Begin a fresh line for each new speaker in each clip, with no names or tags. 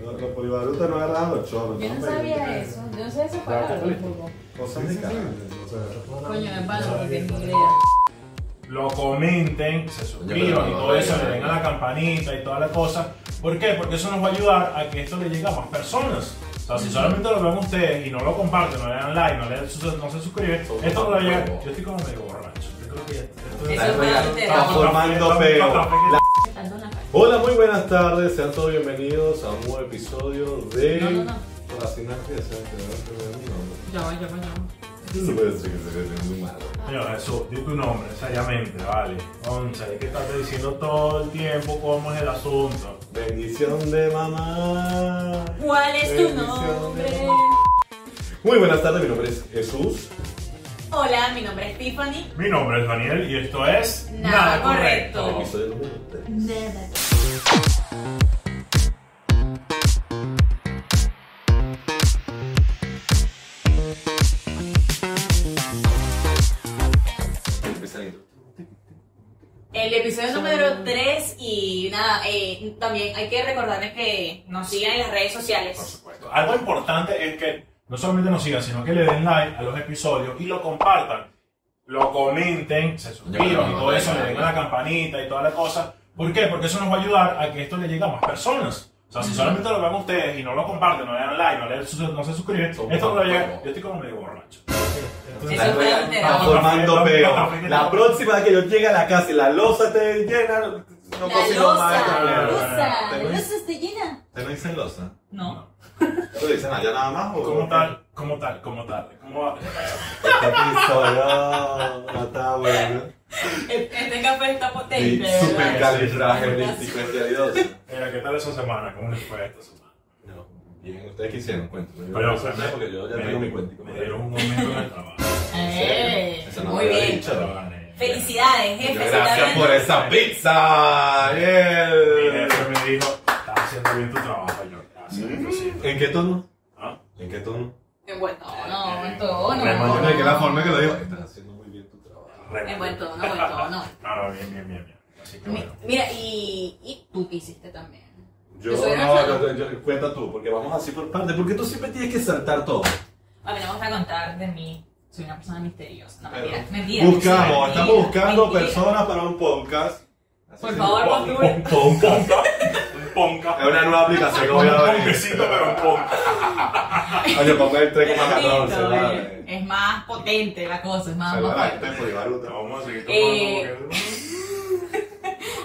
Los, los polivarutas no agarraban los choros.
Yo no
hombre.
sabía eso. Yo no sé eso para
Claro,
el
Católico.
fútbol.
Cosas de cara.
Coño, me palo porque es mi idea.
lo comenten, se suscriban y todo eso, le den a la campanita y toda la cosa. ¿Por qué? Porque eso nos va a ayudar a que esto le llegue a más personas. O sea, si solamente lo ven ustedes y no lo comparten, no le dan like, no, le, no se suscriben, esto no le va a llegar. Yo estoy como medio borracho. Yo creo que ya-
Eso
esto
es una
Está
adultera.
formando feo. La-
Dando una cara.
Hola, muy buenas tardes. Sean todos bienvenidos a un nuevo episodio de.
No, no, no.
Por así nada que sea, que no se vea mi nombre.
Yo, yo, yo.
Yo no puedo decir que se ve muy malo.
Señor Jesús, di tu nombre, seriamente, vale. Once, hay que estarte diciendo todo el tiempo cómo es el asunto.
Bendición de mamá.
¿Cuál es tu
Bendición de
nombre?
mamá. Muy buenas tardes, mi nombre es Jesús.
Hola, mi nombre es Tiffany.
Mi nombre es Daniel y esto es
Nada Correcto.
Episodio número tres.
Nada.
Empieza el intro.
El episodio número 3 y nada, eh, también hay que recordarles que nos sigan en las redes
Por
sociales.
supuesto. Algo importante es que no solamente nos sigan, sino que le den like a los episodios y lo compartan. Lo comenten, se suscriban y todo eso, le den a la campanita y toda la cosa. ¿Por qué? Porque eso nos va a ayudar a que esto le llegue a más personas. O sea, si solamente lo ven ustedes y no lo comparten, no le dan like, no, le- no se suscriben, esto no le llega. Yo estoy como medio borracho.
Eso
La
es una
wea
adultera.
está formando peo.
Café.
La próxima vez que yo llegue a la casa y la losa te llena, no cocino
La
más.
losa,
no,
la
no, no, no.
losa, la
¿Te no dic-
losa está llena.
¿Te no dicen losa?
No.
¿Tú dicen allá nada más o
Como tal, como tal, como tal. Como va?
Este episodio no está bueno.
Este café está
Y
potente.
super
¿verdad?
califragilístico especialidoso.
Mira, Eh, ¿qué tal esa semana? ¿Cómo les fue esta semana?
No, bien, ustedes quisieron, cuéntame. Yo
Pero,
no sé nada porque yo ya
me-
tengo mi cuentico.
Me dieron un momento en el trabajo.
Eh,
Eso no
muy
lo había
bien.
dicho.
Lo gané.
Felicidades, jefe. se está
Gracias
viendo.
por esa pizza.
Mi
Yeah.
jefe me dijo, estás haciendo bien tu trabajo, yo. Gracias,
Mm.
Diosito".
¿En qué tono?
¿Ah?
¿En qué tono?
En buen tono, en buen tono.
Me imagino
Bueno, de que la forma que lo digo, estás haciendo muy bien tu trabajo.
En buen tono, en buen tono.
Claro, bien, bien, bien, bien. Así que
Mi-
bueno.
Mira, y, y tú que hiciste también.
Yo,
Yo soy
no,
Rafa.
yo, yo- yo- cuenta tú, porque vamos así por partes, porque tú siempre tienes que saltar todo.
A mí no me vas a contar de mí. Soy una persona misteriosa. No,
Pero-
mentira. mentira,
Buscamos,
mentira,
estamos buscando
mentira.
personas para un podcast. Así
Por
se-
favor,
pon-
postulen.
pon- pon- pon-
Ponca, un ponca.
Es una nueva aplicación que voy a
Un
abrir.
besito, pero un ponca.
Oye, ponga el
Es
3,14.
distinto, eh.
vale.
Es más potente la cosa, es más, más
Saluda a la
fuerte.
gente de Polibaruta.
Vamos a seguir
Eh,
tomando. porque-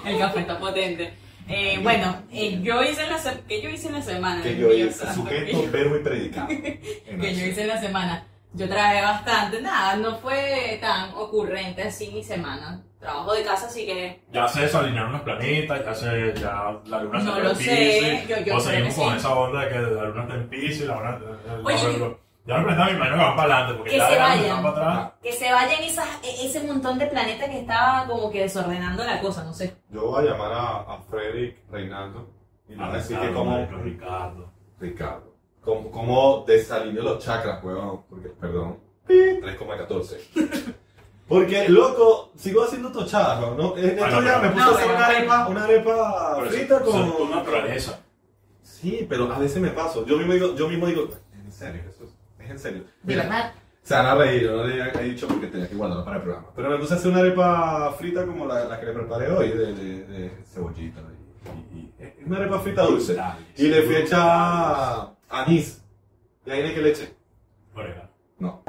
El café está potente. Eh, bueno, eh, yo hice en la se- ¿qué yo hice en la semana?
Que yo
Dios
hice
santo,
sujeto,
¿qué
verbo y predicado.
yo-
En
que yo
acción.
hice en la semana. Yo trabajé bastante, nada, no fue tan ocurrente así mi semana. Trabajo de casa, así que
Ya se desalinearon los planetas, ya, se, ya la luna
No
se
lo
en
sé,
Piscis.
yo- yo
o
creo
pues seguimos
que
con
sí.
esa onda de que la luna está en piso y la luna.
Oye,
la- la- ya los planetas me imagino que van para adelante, porque
Que
ya
se
la
vayan.
están para atrás.
que se vayan esas, e- ese montón de planetas que estaba como que desordenando la cosa, no sé.
Yo voy a llamar a, a Frederick Reinaldo y le voy a decir que como
Marico, Ah, Ricardo.
Ricardo. Como, como desalineo los chakras, huevón. Porque, perdón. pi, 3,14. Porque, loco, sigo haciendo tochadas, huevón, ¿no? En
Ah, no,
estos días
pero-
me puse a
No,
hacer
pero-
una arepa, una arepa
Pero eso-
Ah, frita
eso es tu
con...
naturaleza.
Sí, pero a veces me paso. Yo mismo digo, yo mismo digo, en serio, Jesús, es en serio.
De
Mira,
verdad.
se van a reír, yo no le he dicho porque tenía que guardarlo para el programa. Pero me puse a hacer una arepa frita como la, la que le preparé hoy, de, de- de cebollita. y- y- y- una arepa frita dulce. Y le fui a echar anís. ¿Y ahí de qué le eché?
Orégano.
No.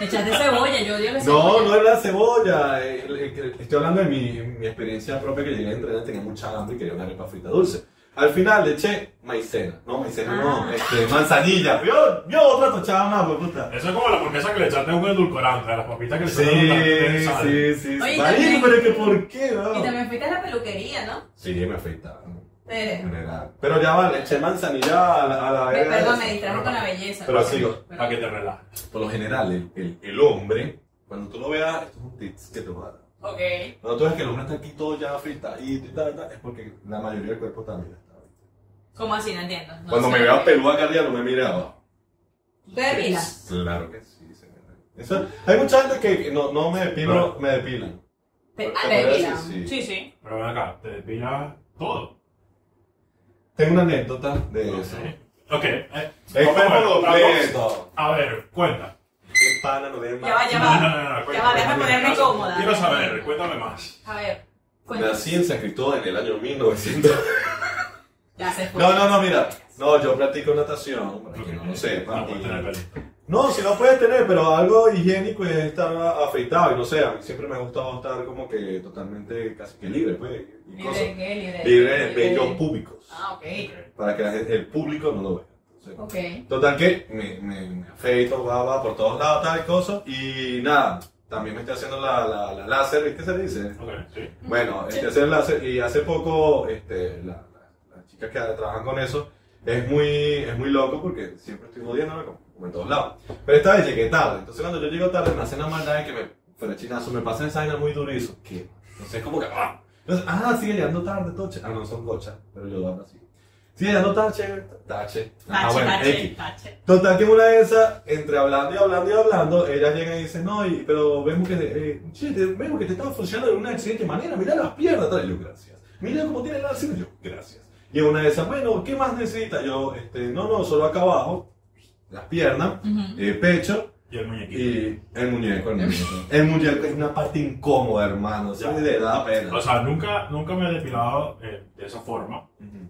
Echaste cebolla, yo odio la
No,
cebolla.
no es la cebolla. eh, eh, eh, Estoy hablando de mi, mi experiencia propia que llegué a entrenar, tenía mucha hambre y quería una arepa frita dulce. Al final le eché maicena. No, maicena no,
Ah.
este, manzanilla. Yo, yo otra tochada más, pues puta.
Eso es como la hamburguesa que le echaste un edulcorante, a las papitas que le
Sí,
echaste edulcorante, ¿sabes?
sí, sí.
Oye,
Marico,
también-
pero es que ¿por qué? no?
Y también fuiste a la peluquería, ¿no?
Sí, me afeitaron.
Te-
General. Pero ya va, le eché manzanilla a la, a la
Me-
verga
perdón,
esa.
me distrajo con la belleza.
Pero sigo.
Pero-
Para que te relajes.
Por lo general, el, el- el hombre, cuando tú lo veas, esto es un tips que te voy a dar.
Ok.
Cuando tú ves que el hombre está aquí todo ya fritadito y tal, tal, es porque la mayoría del cuerpo también está. ahí.
¿Cómo así? No entiendo. No
Cuando
sé.
me veo pelúa acá arriba, no me mire abajo.
¿Tú te depilas?
Claro que sí, señora. Eso, hay mucha gente que no, no me depilo,
Pero-
me depilan.
Te,
Porque
ah,
Pues, me
te
veo
depilas.
así, sí.
Sí, sí.
Pero ven acá, te depilas todo.
Tengo una anécdota de eso.
Ok. eh,
Es
vamos a ver,
como
vamos.
completo.
A ver, cuenta.
Qué pana no de
Ya va, ya
No, no,
va.
no, no,
Ya
cuenta,
va, déjame
cuenta,
ponerme
cuenta.
incómoda.
Quiero saber, cuéntame más.
A ver, cuéntame.
Nací en San Cristóbal en el año 1900.
Ya se fue.
No, no, no, mira. No, yo practico natación, para que no lo
No,
sepa.
pues, tener pelito.
No, si no puedes tener, pero algo higiénico es estar a- afeitado. Y no sé, a mí siempre me ha gustado estar como que totalmente casi que libre, pues. Y
Libre de
cosas.
qué, libre de-
Libre de vellos públicos.
Ah, ok.
Para que la gente- el público no lo vea. Entonces,
Ok.
Total que me, me, me afeito, va, va, por todos lados, tal cosa. Y nada, también me estoy haciendo la, la, la láser, ¿viste? Se dice.
Ok, sí.
Bueno, este hacer láser y hace poco este, la, la- las chicas que trabajan con eso es muy, es muy loco porque siempre estoy jodiéndome como, como en todos lados. Pero esta vez llegué tarde, entonces cuando yo llego tarde me hacen la maldad de que me fuera chinazo, me pasan esa vaina muy durizo. Que, entonces es como que ¡ah! Entonces, ah, sigue llegando tarde, toche. Ah, no, son gochas, pero yo hablo así. Sigue llegando tache, tache. Ah,
Tache,
bueno,
tache,
X.
tache.
Total que una de esas, entre hablando y hablando y hablando, ellas llegan y dicen, no, y- pero vemos que, eh, che, te- vemos que te estaba funcionando de una excelente manera, mirá las piernas, tal, y yo, gracias. Mirá cómo tiene la y yo, gracias. Y una de esas, bueno, ¿qué más necesitas? Yo, este, no, no, solo acá abajo, las piernas,
Ujú.
el pecho,
Y el muñequito.
y el muñeco, el muñeco. El muñeco es una parte incómoda, hermano, se
Ya.
le da pena.
O sea, nunca, nunca me he depilado eh, de esa forma,
Ujú.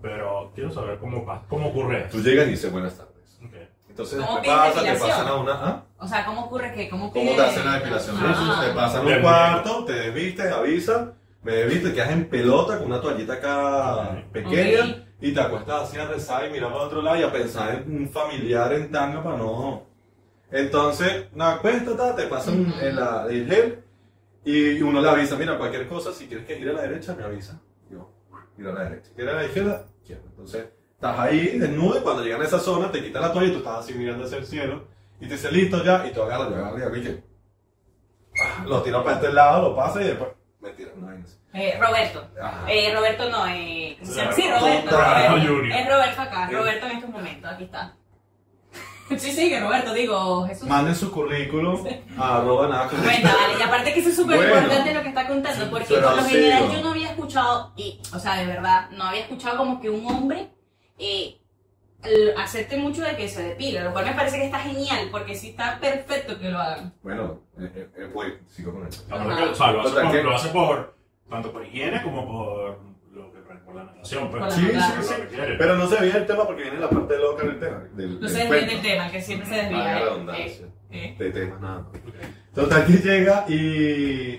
pero quiero saber cómo, pa- cómo ocurre
Tú
esto.
llegas y dices, buenas tardes.
Ok.
Entonces,
¿Cómo
te
pides
pasan, te
depilación?
pasan a una... ¿ah?
O sea, ¿cómo ocurre que? ¿Cómo,
¿Cómo
pide-
te hacen la depilación?
Ah.
Te pasan un
Bien.
cuarto, te desvistes, avisan, me desviste, quedas en pelota con una toallita acá
Ok.
pequeña
Ok.
y te acuestas así a rezar y mirar para otro lado y a pensar en un familiar en tanga para no. Entonces, nada, acuéstate, te pasan
Ujú.
el, la- el gel y uno le avisa, mira, cualquier cosa, si quieres que gire a la derecha, me avisa. Yo, giro a la derecha. ¿Quieres a la izquierda? Izquierda. Entonces, estás ahí desnudo y cuando llegan a esa zona, te quitan la toalla y tú estás así mirando hacia el cielo y te dice, listo ya, y tú agarras, yo agarro y hago y que, ah, lo tiro para este lado, lo pasa y después me tiran una vaina así.
Eh, Roberto.
Ajá.
Eh, Roberto no, eh, ¿cómo se llama? sí,
Roberto
Roberto.
Roberto
Roberto.
Junior.
Es Roberto acá,
Sí.
Roberto en estos momentos, aquí está. Sí, sí, que Roberto, digo, Jesús.
Manden su currículum a arroba nada con-
Bueno, vale, y aparte que eso es súper
Bueno.
importante lo que está contando, porque
Pero
por lo
sí,
general
¿no?
yo no había escuchado, y, o sea, de verdad, no había escuchado como que un hombre eh, l- acepte mucho de que se depila, lo cual me parece que está genial, porque sí está perfecto que lo hagan.
Bueno, eh, eh, eh, voy, sigo con esto.
Aparte que, o sea, lo hace,
Total,
por,
que-
lo hace por- tanto por higiene como por, lo que, por la natación.
Por la
Pues.
Sí,
natación. sí, sí.
Lo que quiere.
Pero no se viene el tema porque viene la parte loca del tema. Del,
No
del
se
cuento.
desvíen del tema, que siempre se
Valga
desvía.
la
eh,
redundancia.
eh,
De temas, nada más.
Ok.
Total que llega y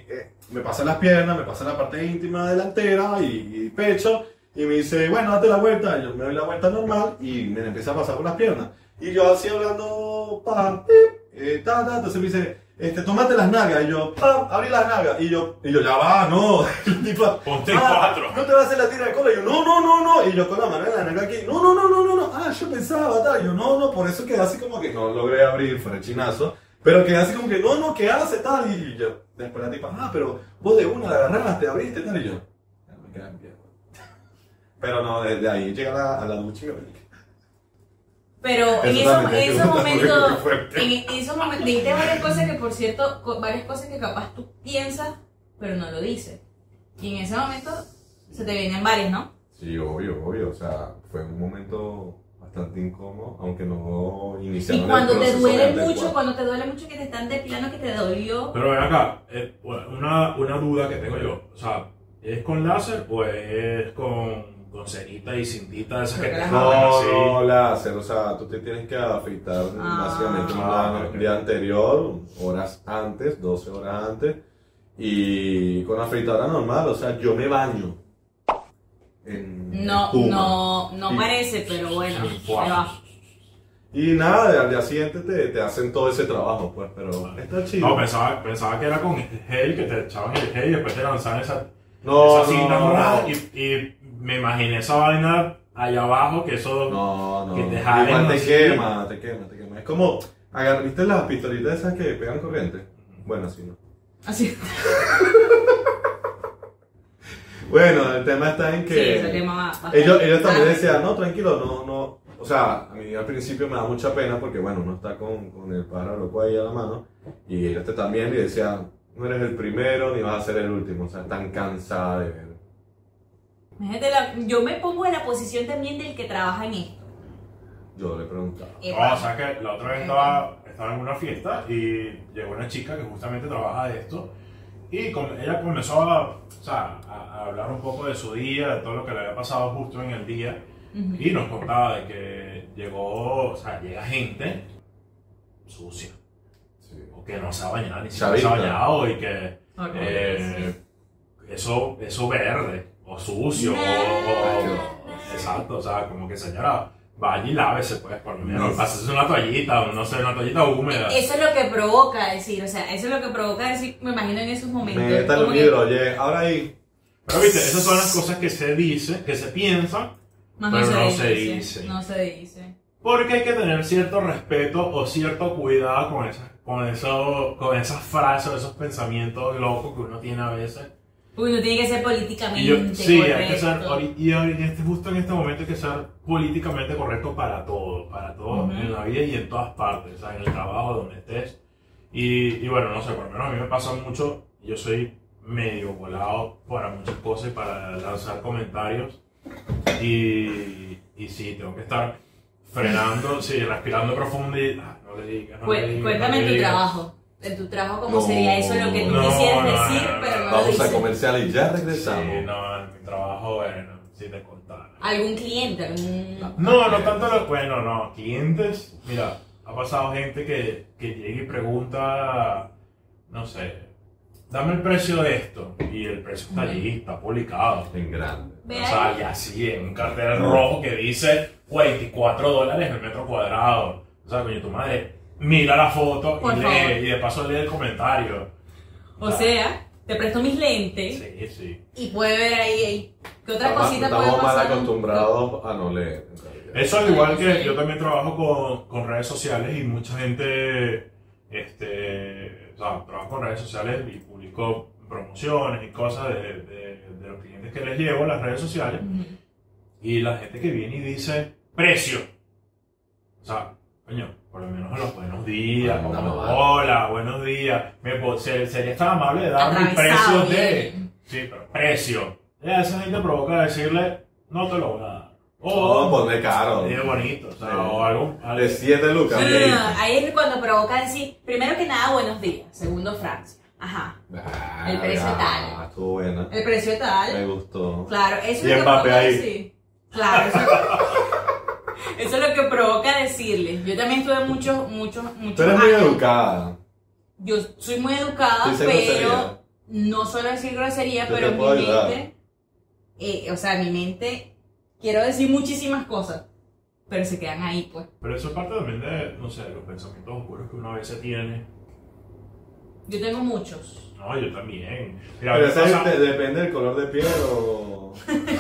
eh, me pasa las piernas, me pasa la parte íntima delantera y, y pecho y me dice, bueno, date la vuelta. Y yo me doy la vuelta normal y me la empieza a pasar por las piernas. Y yo así hablando, pam, pip, eh, ta, ta, entonces me dice, este, tómate las nalgas. Y yo, pam, abrí las nalgas. Y yo, y yo ya va, no. El tipo,
Ponte
"Ah,
cuatro".
No te vas a hacer la tira de cola. Y yo, no, no, no, no. Y yo con la mano en la nalga aquí, no, no, no, no, no, no. Ah, yo pensaba, tal. Y yo, no, no, por eso quedé así como que no logré abrir, fue chinazo. Pero que así como que, no, no, que hace tal. Y yo, después la tipa, ah, pero vos de una la agarraste, abriste tal. Y yo, "Ya me quedé en pie". Pero no, desde ahí llega la- a la ducha y me
Pero en
Eso
esos,
también
en
es
esos
una
momentos,
muy fuerte.
en, en esos momentos, dijiste varias cosas que, por cierto, co- varias cosas que capaz tú piensas, pero no lo dices. Y en ese momento se te vienen varias, ¿no?
Sí, obvio, obvio. O sea, fue un momento bastante incómodo, aunque no
Y
iniciaron el
cuando te
proceso
duele
obviamente,
mucho,
cuando-
cuando te duele mucho que te están depilando, que te dolió.
Pero ven acá, eh, una, una duda que tengo yo. O sea, ¿es con láser o es con, con cerita y cintita de esas que te
Creo que
joden
No,
así?
no, láser, o sea, tú te tienes que afeitar
Ah.
básicamente un
Ah,
día-
ok.
un día anterior, horas antes, 12 horas antes, y con afeitadora normal, o sea, yo me baño en
No,
espuma.
no, no
Sí.
parece, pero bueno,
Sí,
ahí va.
Y nada, al día siguiente te, te hacen todo ese trabajo, pues, pero está chido.
Ah. No, pensaba, pensaba que era con gel, que te echaban el gel y después te lanzaban esa,
No,
esa cinta
no,
morada.
no.
Y, y me imaginé esa vaina allá abajo, que eso.
No, no.
Que te jalen
Igual te
así.
quema, te quema, te quema. Es como, agar- ¿viste las pistolitas esas que pegan corriente? Bueno, sí, no.
Así.
Bueno, el tema está en que...
Sí, eso quema más, bastante.
Ellos, ellos también
Ah,
decían, no, tranquilo, no, no. O sea, a mí al principio me da mucha pena porque, bueno, uno está con, con el pájaro loco ahí a la mano y este ellos te están viendo y decían, no eres el primero ni vas a ser el último. O sea, están cansadas de ver
Imagínate la- yo me pongo en la posición también del que trabaja en esto. eh,
Yo le preguntaba.
Epa.
No, Ah, o sea que la otra vez estaba, estaba en una fiesta y llegó una chica que justamente trabaja de esto y con- ella comenzó a, o sea, a- a hablar un poco de su día, de todo lo que le había pasado justo en el día
Ujú.
y nos contaba de que llegó, o sea, llega gente sucia
Sí.
o que no se ha bañado, ni siquiera se ha
Chavita.
bañado y que
Ok.
eh, eso, eso verde o sucio o-
Nah.
o, Exacto, o sea, como que señora, vaya y lávese, pues, por lo menos. Pases una toallita, no sé, una toallita húmeda.
Eso es lo que provoca decir, o sea, eso es lo que provoca decir, me imagino en esos momentos.
Meta el
como que-
libro, oye. Ahora ahí.
Pero viste, esas son las cosas que se dice, que se piensan,
Más
Pero no se
dice,
dice.
No se dice.
porque hay que tener cierto respeto o cierto cuidado con esas, con eso, con esas frases o esos pensamientos locos que uno tiene a veces.
Uy, no tiene que ser políticamente
Y yo, sí, hay que
correcto.
ser, ahori- y ahori- en este- justo en este momento hay que ser políticamente correcto para todo, para todo,
Ujú.
en la vida y en todas partes, o sea, en el trabajo, donde estés. Y, y bueno, no sé, por lo menos a mí me pasa mucho, yo soy medio volado para muchas cosas y para lanzar comentarios. Y, y sí, tengo que estar frenando, sí, respirando profundo y... ah, no le digas, no le
Cu-
digas, no
Cuéntame
le
tu
digas.
trabajo. En tu trabajo, ¿cómo
No,
sería eso lo que tú
no,
quisieras
no, no,
decir,
no,
pero no lo
Vamos
dices?
a comercial y ya
Sí,
regresamos.
no, en mi trabajo, bueno, si te contara.
¿Algún cliente? ¿Algún.?
No.
No, no tanto los. Bueno, no, clientes. Mira, ha pasado gente que, que llega y pregunta, no sé, dame el precio de esto. Y el precio está allí, está publicado.
En grande.
Ve
O
ahí.
sea, y así, en un cartel rojo que dice 44 dólares el metro cuadrado. O sea, coño, tu madre, mira la foto
Por
y
favor.
lee, y de paso lee el comentario.
O sea, te presto mis lentes
Sí, sí.
y puede ver ahí, ahí. ¿Qué otra
Estamos-
cosita puede
Estamos mal
pasar?
acostumbrados a no leer. en realidad.
Eso al igual que yo también trabajo con, con redes sociales y mucha gente, este, o sea, trabajo con redes sociales y publico promociones y cosas de, de- de los clientes que les llevo a las redes sociales
Ujú.
y la gente que viene y dice precio. O sea, coño, por lo menos a los buenos días,
Bueno,
como,
no, vale.
hola, buenos días, me, po- se- sería tan amable de darme el precio
Atravesado,
de...
bien.
Sí, pero precio. Y a esa gente provoca decirle, no te lo voy a dar.
Oh, ponle caro.
Es bonito, o sea,
Sí.
Ah, o algo. algo-
De 7 lucas.
No, no,
veinte.
no, ahí es cuando provoca decir, primero que nada, buenos días. Segundo, Francia. Ajá.
Ah,
El precio
ya,
tal.
Estuvo buena.
El precio tal.
Me gustó.
Claro, eso es
Y
lo que
Mbappé
provoca
ahí.
decir. Claro, eso, eso es lo que provoca decirles. Yo también estuve muchos, muchos, muchos
Tú eres muy
años.
educada.
Yo soy muy educada,
Dice
Ah, pero
grosería.
no suelo decir grosería,
Yo te
pero en mi
puedo ayudar.
mente, eh, o sea, en mi mente quiero decir muchísimas cosas, pero se quedan ahí, pues.
Pero eso es parte también de, no sé, de los pensamientos oscuros que uno a veces tiene.
Yo tengo muchos.
No, yo también. Mira,
Pero
me
¿sabes?
pasa-
Te- depende del color de piel o. Pero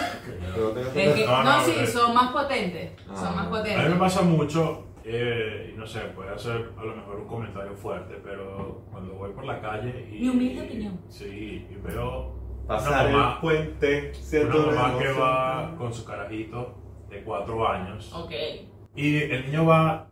no tengo-
Es que- no,
No, no,
sí,
eh.
son más potentes. Son
Ah.
más
A mí me
potentes.
pasa mucho, eh, y no sé, puede ser a lo mejor un comentario fuerte, pero cuando voy por la calle y...
Mi humilde opinión.
Sí, y veo
Pasar
Una mamá-
el puente.
una
¿cierto?
mamá
No
que
sé.
va con su carajito de cuatro años.
Ok.
Y el niño va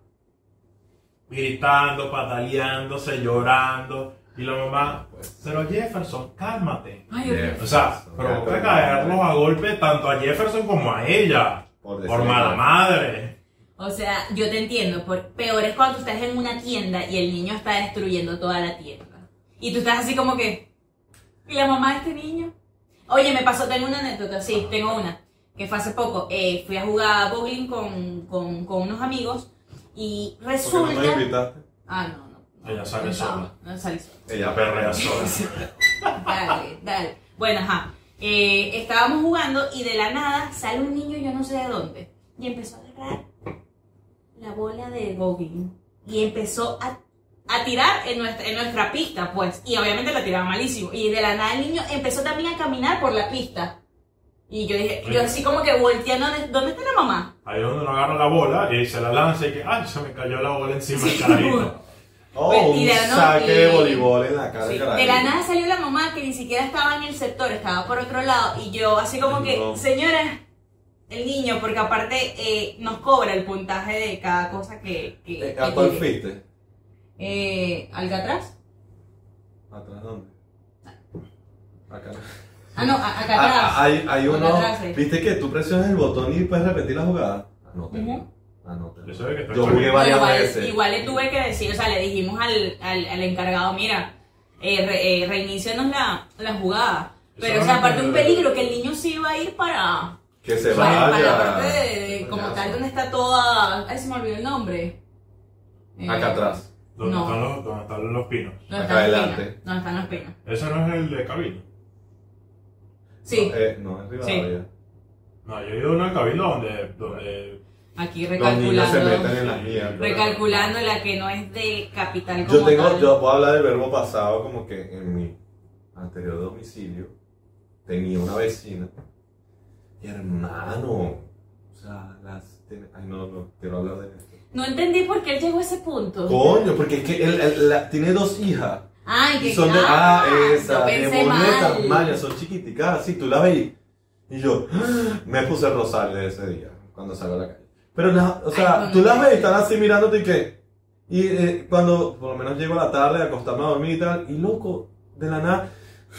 gritando, pataleándose, llorando. Y la mamá, pero Jefferson, cálmate.
Ay, Dios mío.
O sea, provoca caerlos a golpe tanto a Jefferson como a ella.
Por
Por
decirlo.
mala madre.
O sea, yo te entiendo. por- peor es cuando tú estás en una tienda y el niño está destruyendo toda la tienda. Y tú estás así como que. ¿Y la mamá de este niño? Oye, me pasó, tengo una anécdota, sí, tengo una. Que fue hace poco. eh, fui a jugar bowling con, con, con unos amigos y
¿Por qué no
resulta.
me invitaste?
ah, no, no. no,
Ella sale
no,
sola.
No, salí sola.
Ella
Perrea
perrea
sola.
Dale, dale. Bueno, ajá. Eh, estábamos jugando y de la nada sale un niño, yo no sé de dónde, y empezó a agarrar la bola de bowling y empezó a, a tirar en nuestra, en nuestra pista, pues. Y obviamente la tiraba malísimo. Y de la nada el niño empezó también a caminar por la pista. Y yo dije, yo así como que volteando, ¿dónde está la mamá?
Ahí es donde uno agarra la bola y se la lanza y que, ay, se me cayó la bola encima del carajito.
Oh,
Pues, Y
un
de la no-
saque de
y-
voleibol en la cara
Sí,
del
De la nada salió la mamá que ni siquiera estaba en el sector, estaba por otro lado. Y yo, así como que,
No.
señora, el niño, porque aparte eh, nos cobra el puntaje de cada cosa que. que-
Eh,
que
¿A cuál
tire.
fuiste?
Eh, ¿Alcatraz?
¿Atrás dónde? Acá.
Ah, no, a- acá
Ah, ah,
atrás.
hay, hay
Acá
uno.
atrás, sí.
¿Viste que tú presionas el botón y puedes repetir la jugada? Ah, Anótalo.
Ujú.
Anótalo.
Yo sabía que está
Yo
chulo.
jugué
Pero
varias
igual,
veces.
pues, igual le tuve que decir, o sea, le dijimos al, al, al encargado, mira, eh, re- eh, reinícianos la, la jugada. Pero, o sea, aparte un peligro que el niño sí iba a ir para,
Que se vaya.
para, para la parte de, de- como tal, donde está toda... Ay, se me olvidó el nombre. Eh,
Acá atrás.
¿Dónde,
No.
están los, ¿Dónde están los pinos?
Donde
Acá
están los
adelante.
pinos, Donde están los pinos.
Ese no es el de Cabildo.
Sí,
No, eh, no, es Rivadavia.
No, yo he ido a uno de Cabildo donde, donde
aquí
Los niños se meten
recalculando.
en las mías. pero-
Recalculando la que no es de capital como
Yo tengo,
tal.
yo puedo hablar del verbo pasado como que en mi anterior domicilio tenía una vecina. Y hermano, o sea, las... Ay, no, no, quiero hablar de esto.
No entendí por qué él llegó a ese punto.
Coño, porque es que él, él- la- tiene dos hijas.
Ay,
Y
que
son de... Ah, esa,
yo
de
pensé
boletas,
mal.
mañas, son chiquiticas, así, tú la veis. Y yo, ¡ah! me puse rosales ese día, cuando salgo a la calle. Pero, no, o sea,
Ay, no,
tú
no,
las
no.
ves y están así mirándote y que... Y eh, cuando, por lo menos llego a la tarde, a acostarme a dormir y tal, y loco, de la nada...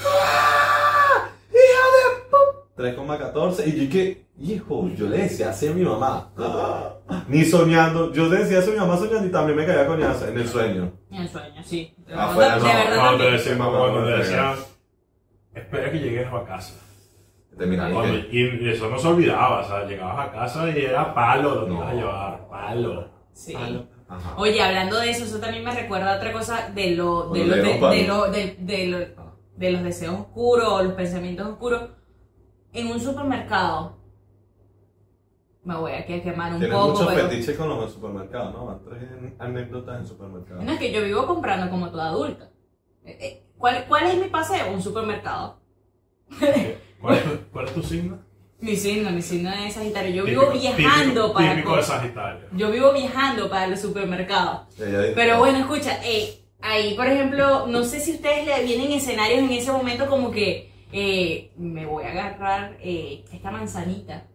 ¡ah! ¡Hija de pu-! 3,14 y yo que, hijo, yo le decía así a mi mamá. ¡ah! Ni soñando, yo le decía eso a mi mamá soñando y también me caía coñazo en el sueño.
En el sueño, sí. De
Ah, fuera,
verdad,
no,
de verdad
no,
cuando te
también.
decían,
No, no,
cuando
no,
te
no.
decían, espera que llegues a casa.
Te miran y
Cuando-
que-
y eso no se olvidaba, o sea, llegabas a casa y era palo lo que
No.
ibas a llevar, palo.
Sí.
Ajá.
Oye, hablando de eso, eso también me recuerda a otra cosa de lo, de,
Bueno,
lo-
leemos,
de- de
Pablo.
lo- de- de lo-
Ah.
de los deseos oscuros o los pensamientos oscuros. En un supermercado, me voy aquí a quemar un
Tienes
poco,
muchos
pero
fetiches con los supermercados, ¿no? Tres anécdotas en supermercados.
no es que yo vivo comprando como toda adulta. Eh, eh, ¿Cuál, cuál es mi paseo? Un supermercado.
¿Cuál es tu, cuál es tu signo?
Mi signo, mi signo es Sagitario. Yo vivo
Típico-
viajando
típico,
para
Típico
co-
de Sagitario.
yo vivo viajando para los supermercados.
Ella dice-
Pero bueno, escucha, eh, ahí por ejemplo, no sé si ustedes le vienen escenarios en ese momento como que eh, me voy a agarrar eh, esta manzanita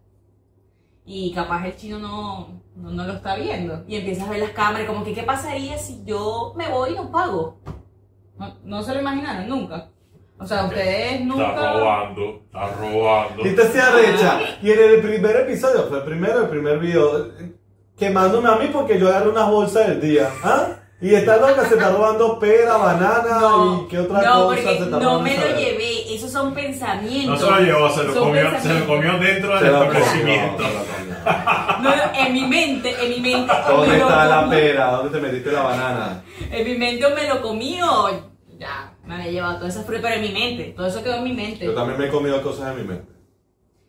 y capaz el chino no, no, no lo está viendo y empiezas a ver las cámaras como que qué pasaría si yo me voy y no pago. No, no se lo imaginaron nunca. O sea, ustedes
Está
nunca...
robando, está robando.
Y te se
Ah.
arrecha. Y en el primer episodio, fue el primero, el primer video, eh, quemándome a mí porque yo agarré unas bolsas del día. ¿Ah? Y esta loca se está robando pera, banana y qué otra
no,
cosa
porque
se está
no
robando,
me lo
¿sabes?
llevé, esos son pensamientos.
No se lo llevó, se lo,
Son
comió, se lo
pensamientos.
comió dentro del
Se lo comió,
establecimiento.
se lo comió.
No, no, en mi mente, en mi mente. o
¿Dónde
me lo
está la
comí-
pera? ¿Dónde te metiste la banana?
En mi mente o me lo comí o ya, me había llevado todas esas frutas, pero en mi mente, todo eso quedó en mi mente.
Yo también me he comido cosas en mi mente.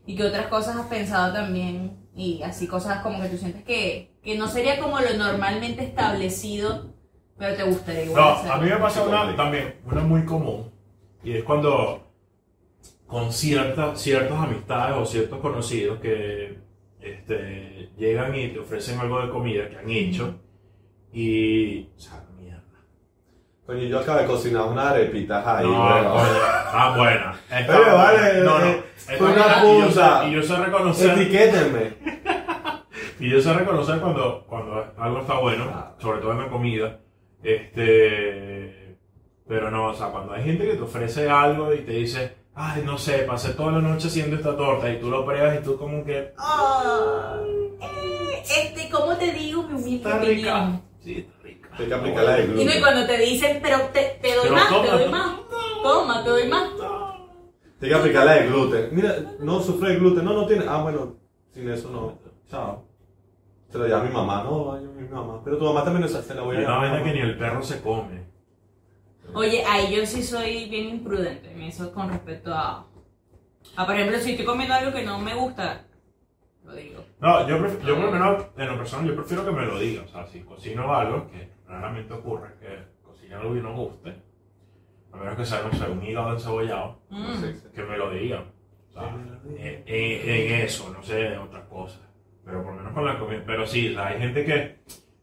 Y que otras cosas has pensado también, y así cosas como que tú sientes que, que no sería como lo normalmente establecido, pero te gustaría igual.
No,
hacerlo.
a mí me pasa una
Complicado.
también, una muy común, y es cuando con ciertas, ciertas amistades o ciertos conocidos que este, llegan y te ofrecen algo de comida que han hecho, y. O sea, mierda.
Coño, yo acabo de cocinar unas arepitas ahí.
no,
bueno.
coño, está buena. Está
Oye, vale,
buena. no, no.
eh,
está
fue una
buena, y yo sé-
punta.
Y yo sé reconocer.
Etiquétenme.
Y yo sé reconocer cuando, cuando algo está bueno,
Ah.
sobre todo en la comida. Este, pero no, o sea, cuando hay gente que te ofrece algo y te dice, ay, no sé, pasé toda la noche haciendo esta torta y tú lo pruebas y tú como que,
Ah, eh, este, ¿cómo te digo mi humilde
está rica.
opinión?
Sí, está rica.
Hay que aplicar la de
Y no, y
gluten.
cuando te dicen, pero te, te doy
Pero
más,
toma,
te doy
no.
más, toma, te doy más.
Hay que aplicar la de gluten. Mira, no sufre de gluten. No, no tiene. Ah, bueno, sin eso no. Chao. Se lo llama mi mamá. No, vaya mi mamá. Pero tu mamá también es se la voy a
Y una vaina
llamar.
que ni el perro se come.
Oye, ahí yo sí soy bien imprudente, en eso con respecto a, a, por ejemplo, si estoy comiendo algo que no me gusta, lo digo.
No, yo, pref- yo por lo menos, en lo personal, yo prefiero que me lo diga. O sea, si cocino algo, que raramente ocurre que cocine algo y no guste, a menos que sea, no sé, un hígado encebollado,
Mm.
Sí, sí.
que me lo digan. O sea,
Que me lo digan.
en, en- en eso, no sé, en otras cosas. Pero por lo menos con la comida. Pero sí, o sea, hay gente que.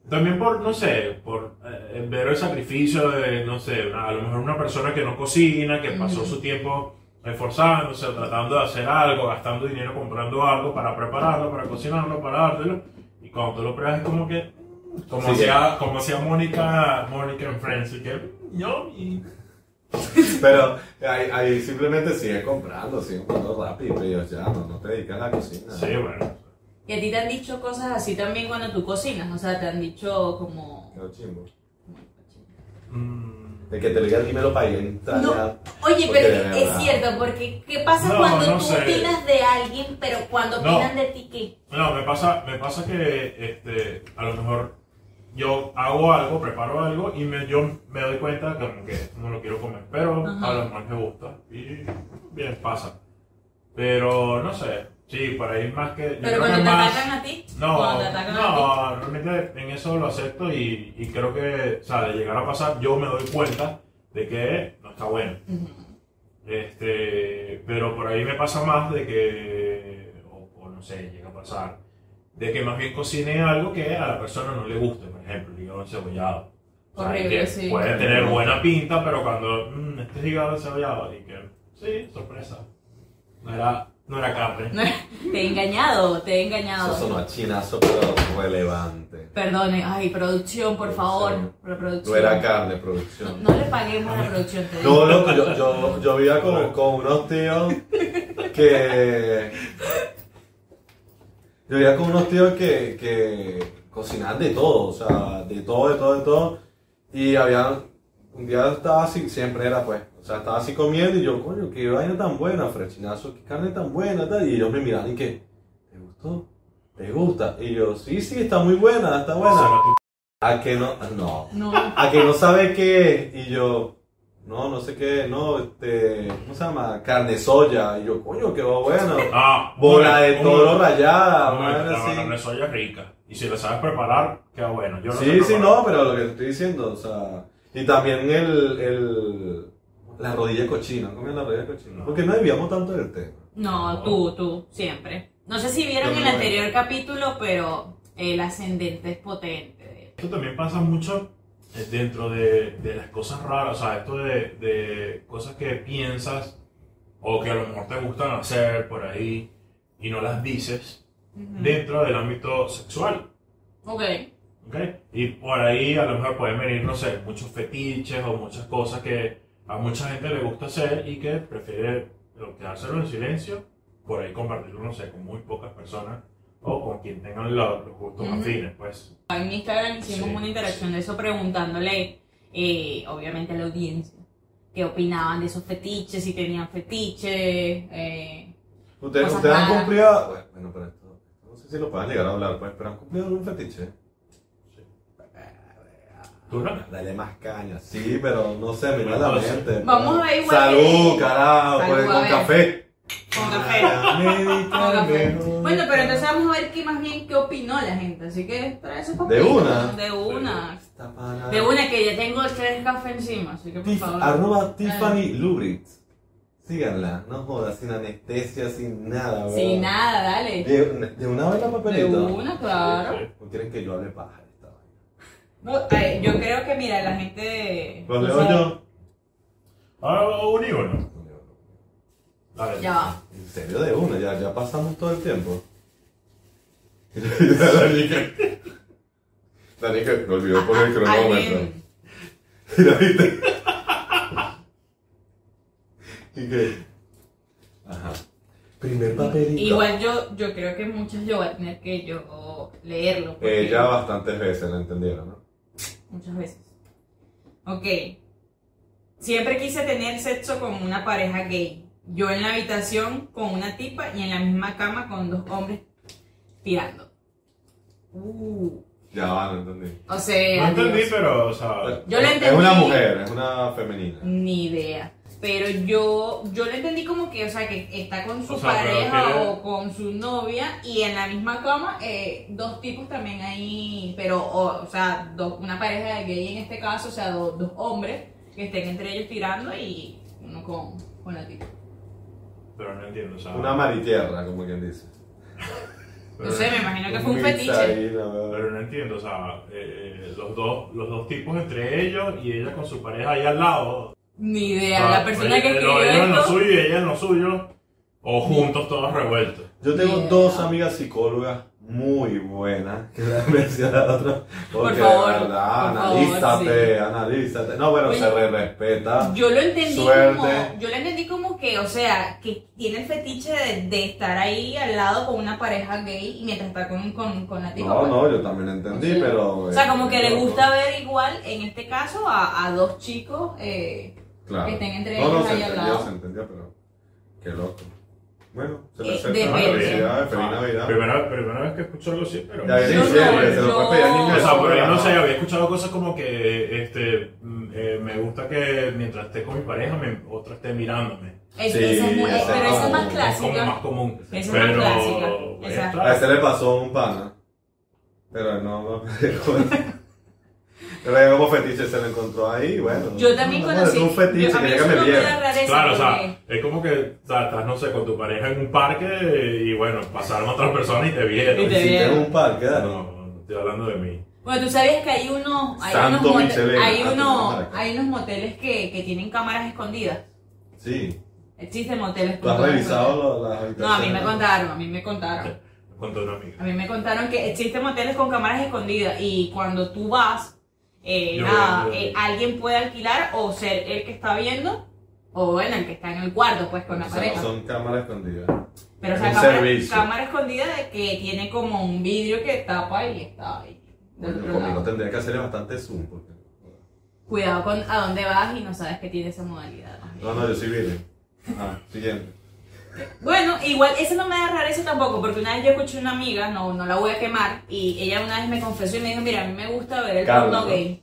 También por, no sé, por eh, ver el sacrificio de, no sé, una- a lo mejor una persona que no cocina, que pasó
Ujú.
su tiempo esforzándose, tratando de hacer algo, gastando dinero, comprando algo para prepararlo, para cocinarlo, para dártelo. Y cuando tú lo pruebas es como que. Como
Sí.
hacía, como hacía Mónica, Mónica en Friends, y que. Yo,
Pero ahí, ahí simplemente sigue comprando, sigue comprando rápido. Y ellos ya no, no te dedicas a la cocina.
Sí, bueno.
Y a ti te han dicho cosas así también cuando tú cocinas, o sea, te han dicho como...
Qué chimbo.
Mm,
El que te lo diga, dímelo para entrar.
No,
ya.
Oye,
Porque
pero
de
es
verdad.
cierto, porque ¿qué pasa
No,
cuando
no
tú
sé.
opinas de alguien, pero cuando
No.
opinan de ti qué?
No, me pasa, me pasa que este, a lo mejor yo hago algo, preparo algo y me, yo me doy cuenta como que esto no lo quiero comer, pero
Ajá.
a lo mejor me gusta y bien pasa. Pero no sé, sí, para ir más que... yo
Pero
creo que
cuando te
más-
atacan a ti,
No,
cuando te atacan a ti.
no, realmente en eso lo acepto y, y creo que, o sea, de llegar a pasar, yo me doy cuenta de que no está bueno.
Ujú.
Este, pero por ahí me pasa más de que, o, o no sé, llega a pasar, de que más bien cocine algo que a la persona no le guste, por ejemplo, el hígado encebollado. O sea,
Horrible,
que
sí.
Puede tener buena pinta, pero cuando, mmm, este es hígado encebollado, y que, sí, sorpresa, no era, no era carne.
No, te he engañado, te he engañado.
Eso sonó a chinazo, pero relevante.
Perdone, ay, producción, por favor. Producción.
No era carne,
No,
producción.
no le paguemos a la producción, te digo.
No, loco, yo, yo, yo vivía con, con unos tíos que. Yo vivía con unos tíos que, que cocinaban de todo, o sea, de todo, de todo, de todo. Y había. Un día estaba así, siempre era pues. O sea, estaba así comiendo y yo, coño, qué vaina tan buena, frechinazo, qué carne tan buena, tal. Y ellos me miraban y que, ¿te gustó? ¿Te gusta? Y yo, sí, sí, está muy buena, está buena. A que no, no,
No.
a que no sabe qué es. Y yo, no, no sé qué, es, no, este, ¿cómo se llama? Carne soya. Y yo, coño, qué bueno.
Ah,
Bola de
un-
toro rayada,
No,
madre,
la
sí.
banana de soya es rica. Y si la sabes preparar, queda bueno. Yo
Sí, sí, no, pero lo que te estoy diciendo, o sea, y también el, el, la rodilla cochina, ¿cómo es la rodilla cochina?
No.
Porque no debíamos tanto del tema.
No, tú, tú, siempre. No sé si vieron
Yo
el
no.
anterior capítulo, pero el ascendente es potente. de él.
Esto también pasa mucho eh, dentro de, de las cosas raras. O sea, esto de, de cosas que piensas o que a lo mejor te gustan hacer por ahí y no las dices
Ujú.
dentro del ámbito sexual.
Ok.
¿ok? Y por ahí a lo mejor pueden venir, no sé, muchos fetiches o muchas cosas que a mucha gente le gusta hacer y que prefiere o quedárselo en silencio, por ahí compartirlo, no sé, con muy pocas personas o con quien tengan lo- los gustos
Ujú.
afines, pues.
En Instagram hicimos
Sí,
una interacción de eso preguntándole, eh, obviamente, a la audiencia qué opinaban de esos fetiches, si tenían fetiches. eh.
Ustedes,
Cosas
ustedes han
raras.
cumplido, bueno, bueno, pero esto, no sé si lo puedan llegar a hablar, pues, pero han cumplido algún fetiche.
¿Tú no?
Dale más caña, sí, pero no sé, me viene a la mente. pues.
Vamos a ver igual.
Salud, carajo,
Salud,
pues,
a
con
ver.
café. Ah,
Con café. Con café. Bueno, pero entonces vamos a ver qué más bien qué opinó la gente, así que trae esos
¿De
papeles.
una?
De una.
Esta pana-
De una que ya tengo tres cafés encima, así que por
Tif-
favor.
arroba Tiffany Lubrit. Síganla, no jodas, sin anestesia, sin nada, ¿verdad?
Sin nada, dale.
De, una- de una vez la
De
papelita.
una, claro.
¿O quieren que yo hable paja de esta vaina?
No, ay, yo creo que, mira, la gente.
¿Lo
o
leo
sea,
yo?
Ahora un y uno.
No leo, no.
Dale.
Ya va.
En serio, de una, ya, ya pasamos todo el tiempo. la Nica. La Nica me olvidó poner el cronómetro.
Alguien.
¿Y la viste? ¿Y qué? Ajá. Primer papelito.
Igual yo, yo creo que muchas yo voy a tener que yo leerlo. porque
Eh, ya bastantes veces la entendieron, ¿no?
Muchas veces. Ok. Siempre quise tener sexo con una pareja gay. Yo en la habitación con una tipa y en la misma cama con dos hombres tirando. Uh.
Ya va, no entendí.
O
No
sea,
entendí,
Eh, Dios,
pero, o sea,
Yo la
Es
entendí.
una mujer, es una femenina.
ni idea. Pero yo, yo lo entendí como que, o sea, que está con su
O sea, pero
pareja
que-
o con su novia y en la misma cama, eh, dos tipos también ahí, pero, o, o sea, dos- una pareja de gay en este caso, o sea, do- dos hombres que estén entre ellos tirando y uno con, con la tipa.
pero no entiendo, o sea.
Una maritierra, como quien dice.
pero,
No sé, me imagino que fue un
Un
fetiche.
mix ahí, la
pero
verdad.
no entiendo, o sea, eh, eh, los, dos, los dos tipos entre ellos y ella con su pareja ahí al lado.
Ni
O
idea,
sea,
la persona
eh,
que escribió
Ellos en lo
esto.
suyo y ella en lo suyo, o juntos todos revueltos.
Yo tengo
Mierda.
dos amigas psicólogas muy buena que la versión de la otra. Porque
favor,
de verdad,
por favor,
analízate, analízate. No, bueno,
Oye,
se re respeta.
Yo lo entendí
Suerte.
como, yo lo entendí como que, o sea, que tiene el fetiche de, de estar ahí al lado con una pareja gay y mientras está con, con, con la tipa.
No, pues,
pues.
no, yo también lo entendí,
Sí.
pero. eh,
O sea, como que le
pero-
gusta ver igual, en este caso, a, a dos chicos. Eh,
Claro.
que estén entre
no, no,
ellos
se
ahí al
entendió,
lado.
se entendió, pero. Qué loco. Bueno, se
Eh,
le
de
acepta.
Pero- Belén.
Felicidades,
Ah.
feliz Navidad.
Primera, primera vez que escucho algo así, pero.
Ya viene
Yo no,
diciembre, se lo
yo-
puede pedir al niño de
O sea,
su
por ahí no sé,
programa.
había escuchado cosas como que este, mm, eh, me gusta que mientras esté con mi pareja, me, otra esté mirándome.
es-
Sí,
esa es muy-
esa
pero
es
esa es más
como-
Es como más
clásica.
común.
Esa es más
pero,
clásica,
pues,
exacto.
A ese le pasó a un pana. Pero no, no me Pero era como fetiche se lo encontró ahí y bueno.
Yo también
no,
conocí.
Es un fetiche,
yo- a mí
quería
eso
que me
no me da
viera.
rareza
Claro, o sea,
porque-
es como que o sea, estás, no sé, con tu pareja en un parque eh, y bueno, pasaron otras personas y te vieron.
Y te
Si
vieron.
tengo un par,
No,
quédate.
no, no estoy hablando de mí.
Bueno, tú sabías que hay unos, hay
Santo
unos, mote-
Michelena,
hay
ah,
unos,
tú no
hay unos moteles que, que tienen cámaras escondidas.
Sí.
Existen moteles.
¿Tú has
cámaras
revisado lo- las
escondidas. No, a mí me
habitaciones?
contaron, a mí me contaron.
Con una amiga.
A mí me contaron que existen moteles con cámaras escondidas y cuando tú vas, eh,
Yo
nada,
voy, yo voy.
eh, alguien puede alquilar o ser el que está viendo o bueno, el que está en el cuarto pues con la
O sea, no
pareja.
son cámaras escondidas.
Pero o
es
sea,
un
cámara,
servicio.
cámara escondida de que tiene como un vidrio que tapa y está ahí. del
Bueno, pues,
otro
conmigo
lado.
tendría que hacerle bastante zoom. Porque...
Cuidado con a dónde vas y no sabes que tiene esa modalidad.
No, no, yo soy virgen. Ajá, siguiente.
Bueno, igual eso no me da rareza tampoco, porque una vez yo escuché a una amiga, no, no la voy a quemar, y ella una vez me confesó y me dijo, mira, a mí me gusta ver el
Carla,
porno
¿no?
gay.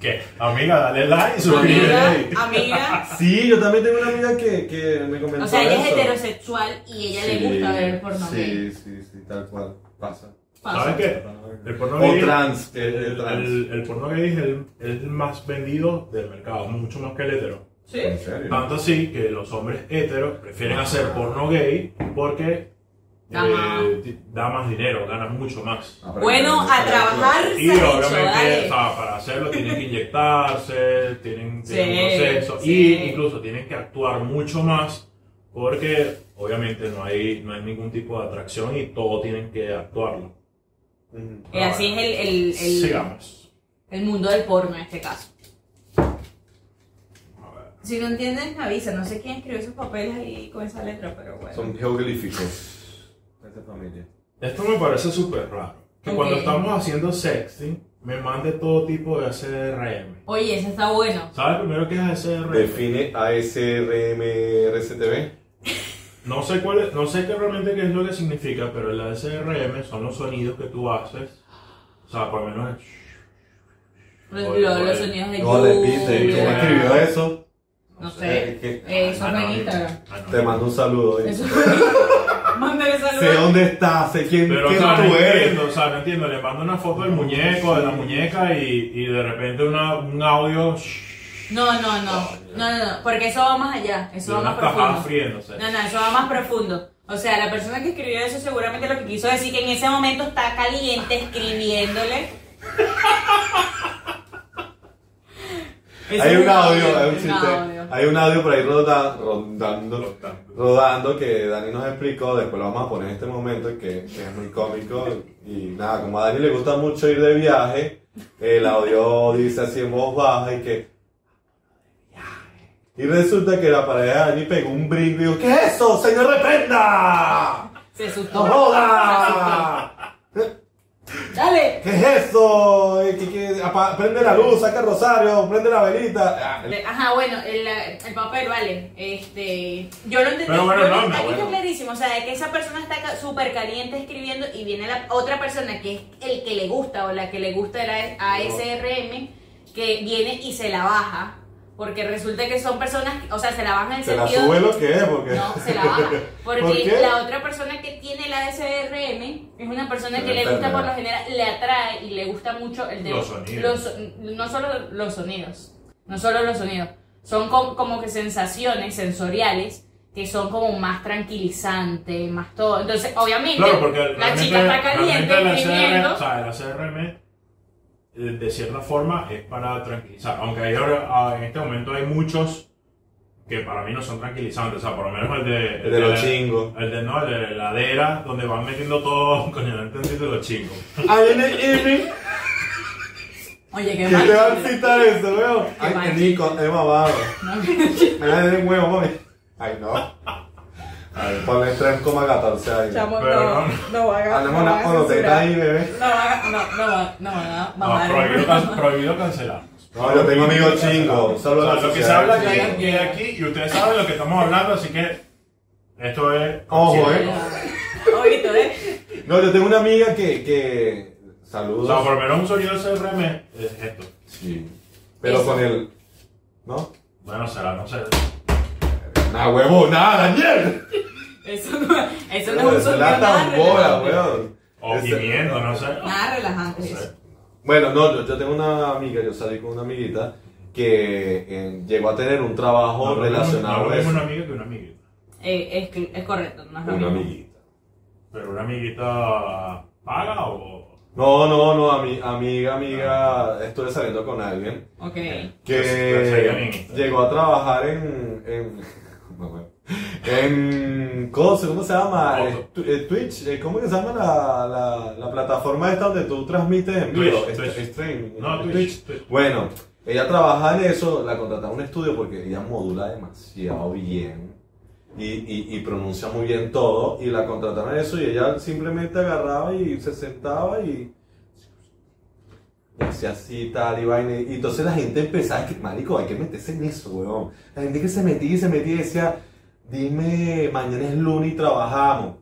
¿Qué? Amiga, dale like y suscríbete.
Amiga,
gay.
amiga,
Sí, yo también tengo una amiga que, que me comentó
o sea, ella es
eso.
heterosexual y ella le gusta ver el porno
sí,
gay.
Sí, sí, sí, tal cual. Pasa.
Pasa.
¿Sabes qué? El porno
O
gay-
trans, que
El,
es el trans.
el- el porno gay es el, es el más vendido del mercado, mucho más que el hetero.
¿Sí?
¿En serio?
Tanto así que los hombres heteros prefieren hacer porno gay porque eh,
Da más.
ti- da más dinero, ganan mucho más.
Ah, pero
Bueno,
entonces,
a trabajar se
Y
ha dicho,
obviamente, o
dale.
sea, para hacerlo tienen que inyectarse, tienen,
Sí,
tienen un proceso
sí.
y incluso tienen que actuar mucho más porque obviamente no hay, no hay ningún tipo de atracción y todo tienen que actuarlo.
Ujú.
Eh, así es el, el, el-
Sigamos.
el mundo del porno en este caso.
A ver.
Si no entiendes, me avisa. No sé quién escribió esos papeles ahí con esa letra, pero bueno.
Son geoglíficos. Esa familia.
Esto me parece súper raro. Que
Ok.
cuando estamos haciendo sexting, me mande todo tipo de SRM.
Oye, eso está bueno.
¿Sabes primero qué es SRM?
Define ASRM RCTV.
No sé cuál es- no sé qué realmente qué es lo que significa, pero la SRM son los sonidos que tú haces. O sea, por lo menos
Los,
Oye,
los- los
oye.
sonidos de
No, le pide.
lluvia.
¿Quién escribió eso?
No sé.
Eh, que-
Eh, Eso fue en
anónimo,
Instagram.
anónimo.
Te mando un saludo. eh.
Eso. Mándale
Sé
saludos.
dónde estás, sé quién,
Pero, o
quién
sea,
tú
no
eres.
entiendo, o sea, no entiendo. Le mando una foto del muñeco, de la muñeca y, y de repente una, un audio shh,
No, no, no. No, no, no. Porque eso va más allá.
de
Eso va
unas
más
cajas
profundo.
friéndose.
No, no, eso va más profundo. O sea, la persona que escribió eso seguramente lo que quiso decir que en ese momento está caliente escribiéndole. Ese
Hay
es
un audio, hay un
es
chiste.
audio.
Hay un audio por ahí roda- rondando.
Cortando.
rodando que Dani nos explicó, después lo vamos a poner en este momento, que, que es muy cómico. Y nada, como a Dani le gusta mucho ir de viaje, el audio dice así en voz baja y que... Y resulta que la pareja de Dani pegó un brinco y dijo, ¿qué es eso, señor Reprenda?
Se
¡No
asustó.
joda!
Dale.
¿Qué es eso? Eh, que- que- apa- prende la luz, saca el rosario, prende la velita. Ah,
Eh, Ajá, bueno, el, el papel, vale. Este, yo lo entendí.
Pero bueno,
yo
no,
lo-
no,
aquí
bueno.
está clarísimo. O sea, de que esa persona está ca- súper caliente escribiendo y viene la otra persona que es el que le gusta o la que le gusta el E, ASRM, que viene y se la baja. Porque resulta que son personas, o sea, se la bajan en
se la
sentido.
sube lo que es, porque...
No, se la baja. Porque
¿Por qué?
la otra persona que tiene la ASRM es una persona que
Pero
le gusta
enferma.
por lo general, le atrae y le gusta mucho el de
Los sonidos.
los- no solo los sonidos, no solo los sonidos. Son co- como que sensaciones sensoriales que son como más tranquilizantes, más todo. Entonces, obviamente,
Claro, porque
la
realmente-
chica está
realmente
caliente
la CRM,
escribiendo.
o sea, la CRM eh, de cierta forma es para tranquilizar. Aunque hay ahora, ah, en este momento hay muchos que para mí no son tranquilizantes, o sea, por lo menos el de...
El de los chingos.
El de, no, el de la heladera, donde van metiendo todo, coño, no entendí de los chingos.
Ahí en el evening.
Oye, qué
¿Quién te va a
mal.
citar eso, weón?
Ay,
Ay, Nico, he mamado. Ay, de huevo, mami. Ay, no. Ay, ponle 3,14 ahí.
Chamo,
Pero
no,
no.
no van a.
Hazme
no van
una
a
onoteta
censurar.
ahí, bebé.
No van a, no, no van, no van a
No,
mamar.
prohibido, can- prohibido cancelar.
No, yo tengo amigos chingos.
O
Solo la
sea, lo que se
sociedad
habla
chingo.
que hay que hay aquí, y ustedes saben lo que estamos hablando, así que esto es...
Ojo,
sí,
eh.
Oíste, ¿eh?
No, yo tengo una amiga que. que...
O sea,
Saludos.
por lo menos un sonido CRM es esto.
Sí. Pero con el. ¿No?
Bueno, será, no sé.
Nah, huevo, nada, Daniel.
Eso no, eso no es un
Es
sonido
la
nada
tambora,
relajante.
weón.
O
Ese-
pimiento, no sé.
Nada relajante.
No
eso.
sé.
Bueno, no, yo, yo tengo una amiga, yo salí con una amiguita que eh, llegó a tener un trabajo
No, no,
relacionado
no,
con
no, es
eso.
una amiga que una amiguita.
Eh, es, es correcto, no es lo
Una
mismo.
amiguita.
Pero una amiguita paga o.
No, no, no, ami- amiga,
Ah.
amiga, estuve saliendo con alguien
Ok.
Pero sería bien
que
Instagram.
llegó a trabajar en... en mamá, en cosa, ¿cómo se llama?
Otro.
Eh, tu- eh, Twitch, eh, ¿cómo que se llama la, la, la plataforma esta donde tú transmites en
Twitch,
vivo? Este, eh, Est-
Twitch.
streaming.
No, Twitch. Twitch.
Bueno, ella trabaja en eso, la contrataron a un estudio porque ella modula demasiado bien y, y- y pronuncia muy bien todo y la contrataron en eso y ella simplemente agarraba y se sentaba y, y hacía así tal y vaina. Y entonces la gente empezaba, que marico, hay que meterse en eso, weón. La gente que se metía y se metía y decía, dime, mañana es lunes y trabajamos.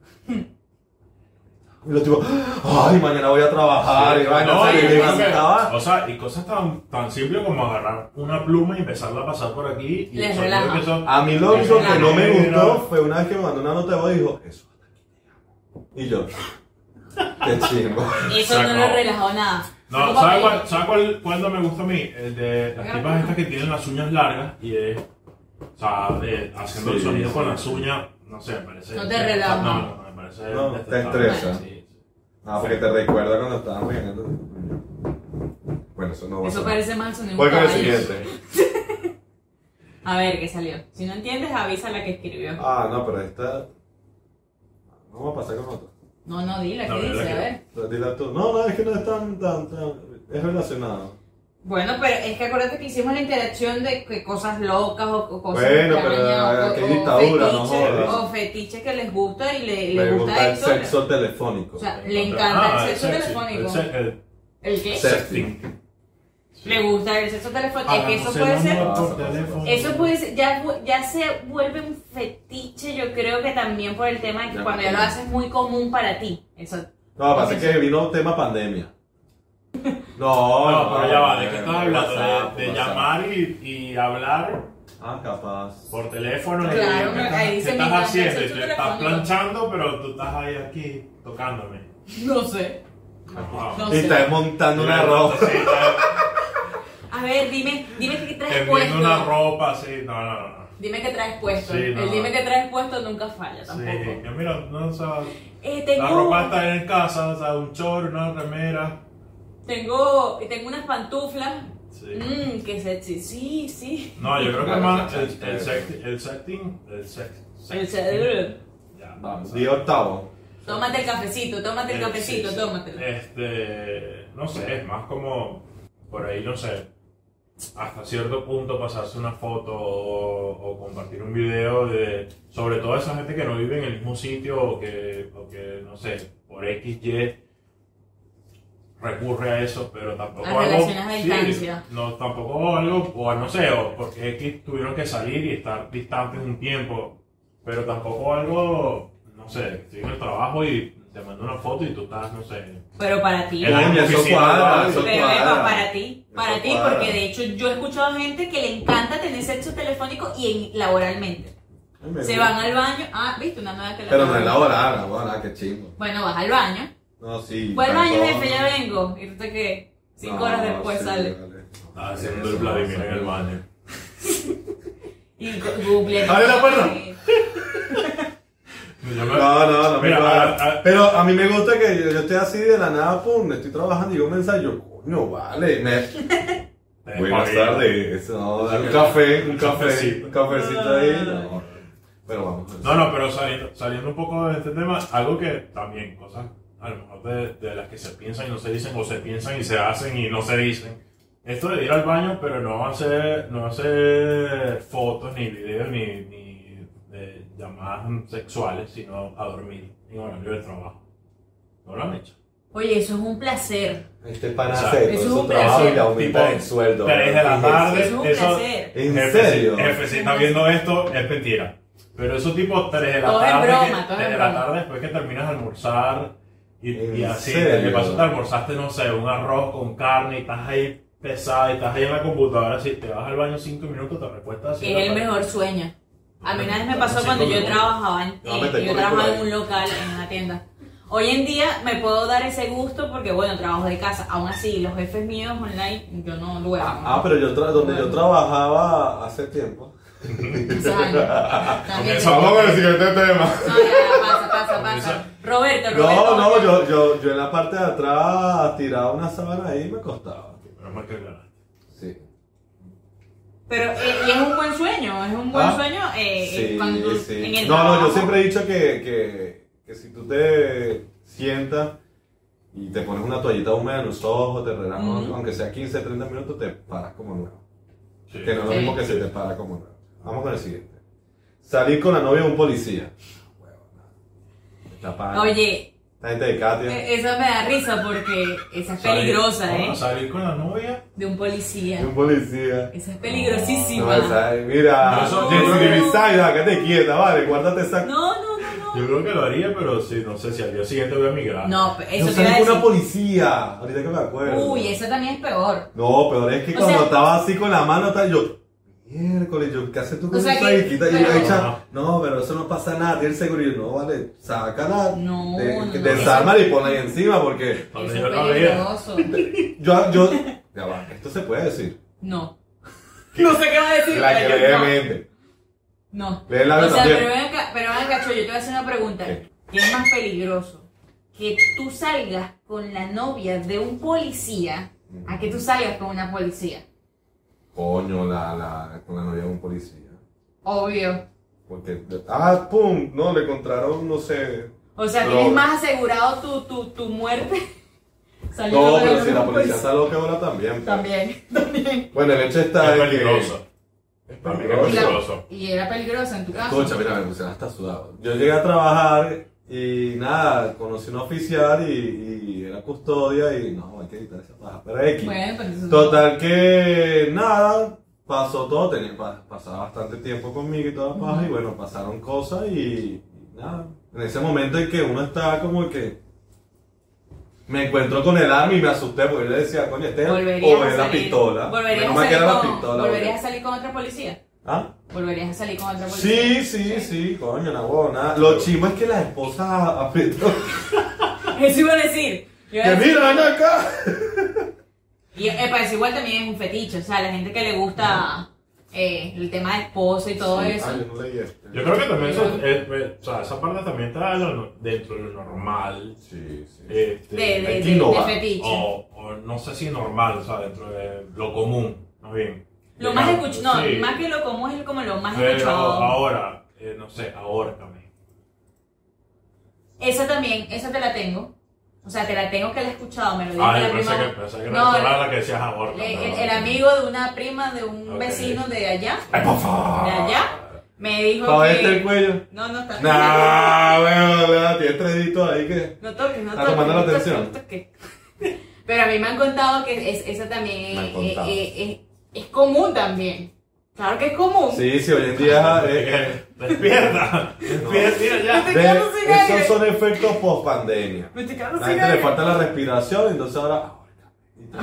Y los tipos, ay, mañana voy a trabajar, y vaina,
No,
se
y
le
creo que-
levantaba.
o sea, y cosas tan, tan simples como agarrar una pluma y empezarla a pasar por aquí. Y
Les
el sonido
relaja.
que son-
A mí lo único que no me
Claro.
gustó fue una vez que me mandó una nota de voz y dijo, eso hasta aquí llegamos". Y yo, qué chingo.
Eso
Se
no lo
acabó.
relajó nada.
No,
Como
¿sabes
que-
cuál, ¿sabe cuál, cuál no me gusta a mí? El de las tipas estas que tienen las uñas largas y es. O sea, de- haciendo el
Sí,
sonido
sí.
con las uñas, no sé, me parece.
No te relaja.
No, no, me parece.
No, te
detestable.
estresa.
Sí, sí.
Ah, porque te recuerda cuando estábamos llegando. Bueno, eso no va a
Eso
sonar.
parece mal sonido.
Voy con el
Ay,
siguiente.
A ver, ¿qué salió? Si no entiendes, avisa a la que escribió.
Ah, no, pero esta... No va a pasar con otra.
No, no, dile,
No,
¿qué
dile la
dice?
que-
A ver.
Dila tú. No, no, es que no es tan, tan, tan... Es relacionado.
Bueno, pero es que acuérdate que hicimos la interacción de que cosas locas o, o cosas
Bueno, pero,
extrañas,
ah, qué dictadura, no
fetiches-
jodas.
o fetiches que les gusta y le,
Me
les gusta,
gusta el
esto.
sexo telefónico.
O sea, le encanta
Ah,
el sexo
sexy.
telefónico.
El se- el-
¿El qué?
Sexo.
Le gusta el sexo telefónico. es que eso
Háganos
puede
el
ser
amor
ser-
por teléfono.
Eso puede ser, ya, fu- ya se vuelve un fetiche, yo creo que también por el tema de que
Ya,
cuando ya lo
ok.
haces muy común para ti. Eso.
No, lo que pasa es que vino tema pandemia. No,
No, pero ya va, ¿de qué
Ah, no,
estás hablando?
WhatsApp,
De, de
WhatsApp.
llamar y, y hablar
Ah, capaz.
por teléfono.
Claro,
y-
pero
¿qué estás-
ahí
¿qué
dice,
estás
"Mira,
haciendo?
sexo
Y tú estás
telefónico".
planchando, pero tú estás ahí aquí tocándome.
No sé.
Wow.
No
Y
sé.
estás montando una
Sí,
ropa.
estás
A ver, dime, dime qué traes puesto.
Tendiendo una ropa así. No, no, no. no.
Dime qué traes puesto.
Sí, no.
El dime qué traes puesto nunca falla
Sí,
tampoco.
yo mira, no, o sea,
Eh,
la ropa
tengo,
está en casa, o sea, un chor, una remera.
tengo, tengo unas pantuflas.
Sí.
Mmm, qué sexy. Sí, sí.
No, yo creo que
Claro,
más
sí,
el,
sí,
el,
sí.
sexting, el sexting, el sex-
El
sexting.
cerebro.
Ya,
Vamos. Di octavo.
Tómate el cafecito, tómate el
Eh,
cafecito,
sí, sí.
tómatelo.
Este, no sé, es más como por ahí, no sé, hasta cierto punto pasarse una foto o, o compartir un video de, sobre todo esa gente que no vive en el mismo sitio o que, o que no sé, por X, Y recurre a eso, pero tampoco
Las relaciones a distancia.
no, tampoco algo, o no sé, o porque X tuvieron que salir y estar distantes un tiempo, pero tampoco algo, no sé, estoy en el trabajo y te mando una foto y tú estás, no sé.
Pero para ti.
El
Coño, eso
oficina,
cuadra,
vale.
eso
Pero Eva,
cuadra.
para ti, para
Eso
ti,
cuadra.
porque de hecho yo he escuchado gente que le encanta tener sexo telefónico y en- laboralmente.
Ay, me
Se
gusta.
van al baño, ah, viste, una nueva que la-
Pues Pero no es la hora, la hora, qué chingo.
Bueno, vas al baño.
No, sí.
Voy al baño,
tampoco.
jefe, ya vengo. Y tú te que cinco
No,
horas después
sí,
sale.
vale.
Estaba haciendo
Eso,
el Vladimir
no,
en el baño.
Y go- Google.
Abre la puerta.
Yo me-
No, no, no me
Mira,
cuadra.
a- a-
Pero a mí me gusta que yo, yo esté así de la nada, pum, estoy trabajando y digo un mensaje, yo, coño, vale, me...
Te
Buenas
despabila.
tardes. No, dame un café, un café,
Cafecito.
un cafecito ahí.
Ah.
No. Pero vamos.
No, no, pero saliendo, saliendo un poco de este tema, algo que también, cosas a lo mejor de, de las que se piensan y no se dicen, o se piensan y se hacen y no se dicen. Esto de ir al baño, pero no hacer, no hacer fotos, ni videos, ni, ni de llamadas sexuales, sino a dormir en horario de trabajo. No lo han hecho.
Oye, eso es un placer.
Este pana
Exacto.
hace
Eso es
todo su
un
trabajo
placer.
y le aumenta
Tipo,
el sueldo.
tres de la
Fíjense.
tarde.
Eso es un
Eso-
placer.
¿En
Jefe,
serio?
Si, jefe, si está viendo esto, es mentira. Pero esos tipos 3 de la
Todo es
tarde,
broma,
que-
todo es
tres de la
broma.
tarde después que terminas de almorzar y,
¿En
y así,
serio?
de paso te almorzaste, no sé, un arroz con carne y estás ahí pesada y estás ahí en la computadora, si te vas al baño 5 minutos, te recuestas así.
Es el mejor sueño. A mí una vez me pasó
Así
cuando
como
yo
yo.
trabajaba en,
No, Ah, vete,
eh, yo
corre
trabajaba
por
en
ahí.
un local, en una tienda. Hoy en día me puedo dar ese gusto porque, bueno, trabajo de casa. Aún así, los jefes míos online, yo no lo hago.
Ah, pero yo tra- donde yo trabajaba hace tiempo.
Muchos años. También.
Comenzamos con el
siguiente tema.
No, ya, pasa, pasa, pasa. Roberto, Roberto.
No, no, yo, yo, yo en la parte de atrás tiraba una sábana ahí y me costaba.
Pero es más que claro.
Sí.
Pero eh, y es un buen sueño, es un buen
Ah,
sueño eh, eh,
Sí,
cuando tú-
sí.
en el
No, no,
trabajo.
yo siempre he dicho que, que, que si tú te sientas y te pones una toallita húmeda en los ojos, te relajas,
Ujú.
aunque sea 15, 30 minutos, te paras como nuevo.
Sí.
Que no es lo
Sí.
mismo que se te para como nuevo. Vamos con el siguiente. Salir con la novia de un policía. Huevona. Esta pana.
Oye,
La gente de Katia.
eh, eso me da risa porque esa es
Salir-
peligrosa,
no,
¿eh?
Salir con la novia.
De un
de
policía.
un policía.
Esa es
No,
peligrosísima.
esa- mira,
Yo soy-
Jason Grivisaida, quédate quieta, vale, guárdate esa.
No, no, no,
Yo creo que lo haría, pero sí, no sé si al día siguiente voy a migrar.
no. No, pe- eso
Yo
te
salí
iba a
con una
decir.
policía, ahorita que me acuerdo.
Uy, esa también es peor.
No, peor es que
O
cuando
sea-
estaba así con la mano, tal, yo, miércoles, yo, ¿qué haces tú con
O sea
esa
que-
guiquita? Y yo,
pero-
echa, no, pero eso no pasa nada, tiene seguro. Y yo, no, vale, sácala,
No,
de-
no, no,
desármala y ponla ahí encima, porque
Cuando
Eso
yo
es
la veía.
peligroso.
yo, yo, ya va, esto se puede decir.
No. No sé qué va a decir.
La que
pero
lee
yo no.
mente,
No.
lee la
O
mente
sea, pero
también.
ven acá, pero ven acá, Choyo, yo te voy a hacer una pregunta.
¿Qué?
¿Qué es más peligroso? Que tú salgas con la novia de un policía a que tú salgas con una policía.
Coño, la, la, con la novia de un policía.
Obvio.
Porque, ah, pum, no, le encontraron, no sé.
O sea,
Pero-
tienes más asegurado tu, tu, tu muerte saliendo
No,
con
pero
la
si
novia de
la
un
policía
policía.
está loca ahora también. pues.
También, también.
Bueno, el hecho está
Es
en que-
peligroso. Es
peligroso.
Y, la-
peligroso.
y era peligrosa en tu caso.
Escucha, mira, me pusieron hasta sudado. Yo llegué a trabajar y nada, conocí un oficial y, y era custodia y no, hay que editar esa paja. Pero X.
Bueno, pero eso-
Total que nada, pasó todo, tenía, pa- pasaba bastante tiempo conmigo y toda la paja y bueno, pasaron cosas y, y nada. En ese momento en que uno está como que me encuentro con el arma y me asusté porque yo le decía, coño, este es o
volverías a
es la
salir-
pistola.
Volverías,
Menos
a
mal que
salir,
era la
con,
pistola.
volverías a
porque-
salir con otra policía.
¿Ah?
Volverías a salir con otra policía.
Sí, sí, sí, coño, una buena. Lo chimo es que las esposas aprietan.
Eso iba a decir. Yo iba a
¡Que
decir-
mira, ven acá!
Y eh, parece igual también es un fetiche, o sea, la gente que le gusta eh, el tema de esposo y todo eso.
Ay, yo no leí esto.
Yo creo que también eso, es- es- o sea, esa parte también está de lo- dentro de lo normal.
Sí, sí.
este,
de, de,
hay que
de-
innovar. Oh,
de fetiche.
o, o no sé si normal, o sea, dentro de lo común, más bien.
Lo más
Digamos,
escuchado, no,
sí.
más que lo común es como lo más
Pero
ah, oh.
escuchado.
ahora, eh, no sé, ahora también.
Esa también, esa te la tengo. O sea, te la tengo que la he escuchado, me lo dijo
Ah,
la
yo pensé que,
prima.
pensé que
No,
era la que decías ahora.
le-
pero-
el, el amigo de una prima de un
Ok.
vecino de allá,
¡Ay, por favor!
de allá, me dijo
¿Para Ah. verte el
que.
cuello?
No, no está.
Nah, bueno, bueno, tiene tres deditos ahí que.
No toques, no
Está
toques.
tomando la
no toques,
atención.
no toques. Pero a mí me han contado que es- esa también
Me han
es,
contado.
es- es- es común también. Claro que es común.
Sí, sí, hoy en día. eh, eh,
Despierta, despierta, mira ya.
Me quedo sin
de-
aire.
esos son efectos post pandemia.
Me estoy
A
quedando
la
sin
gente le
aire.
falta la respiración, entonces ahora. ah,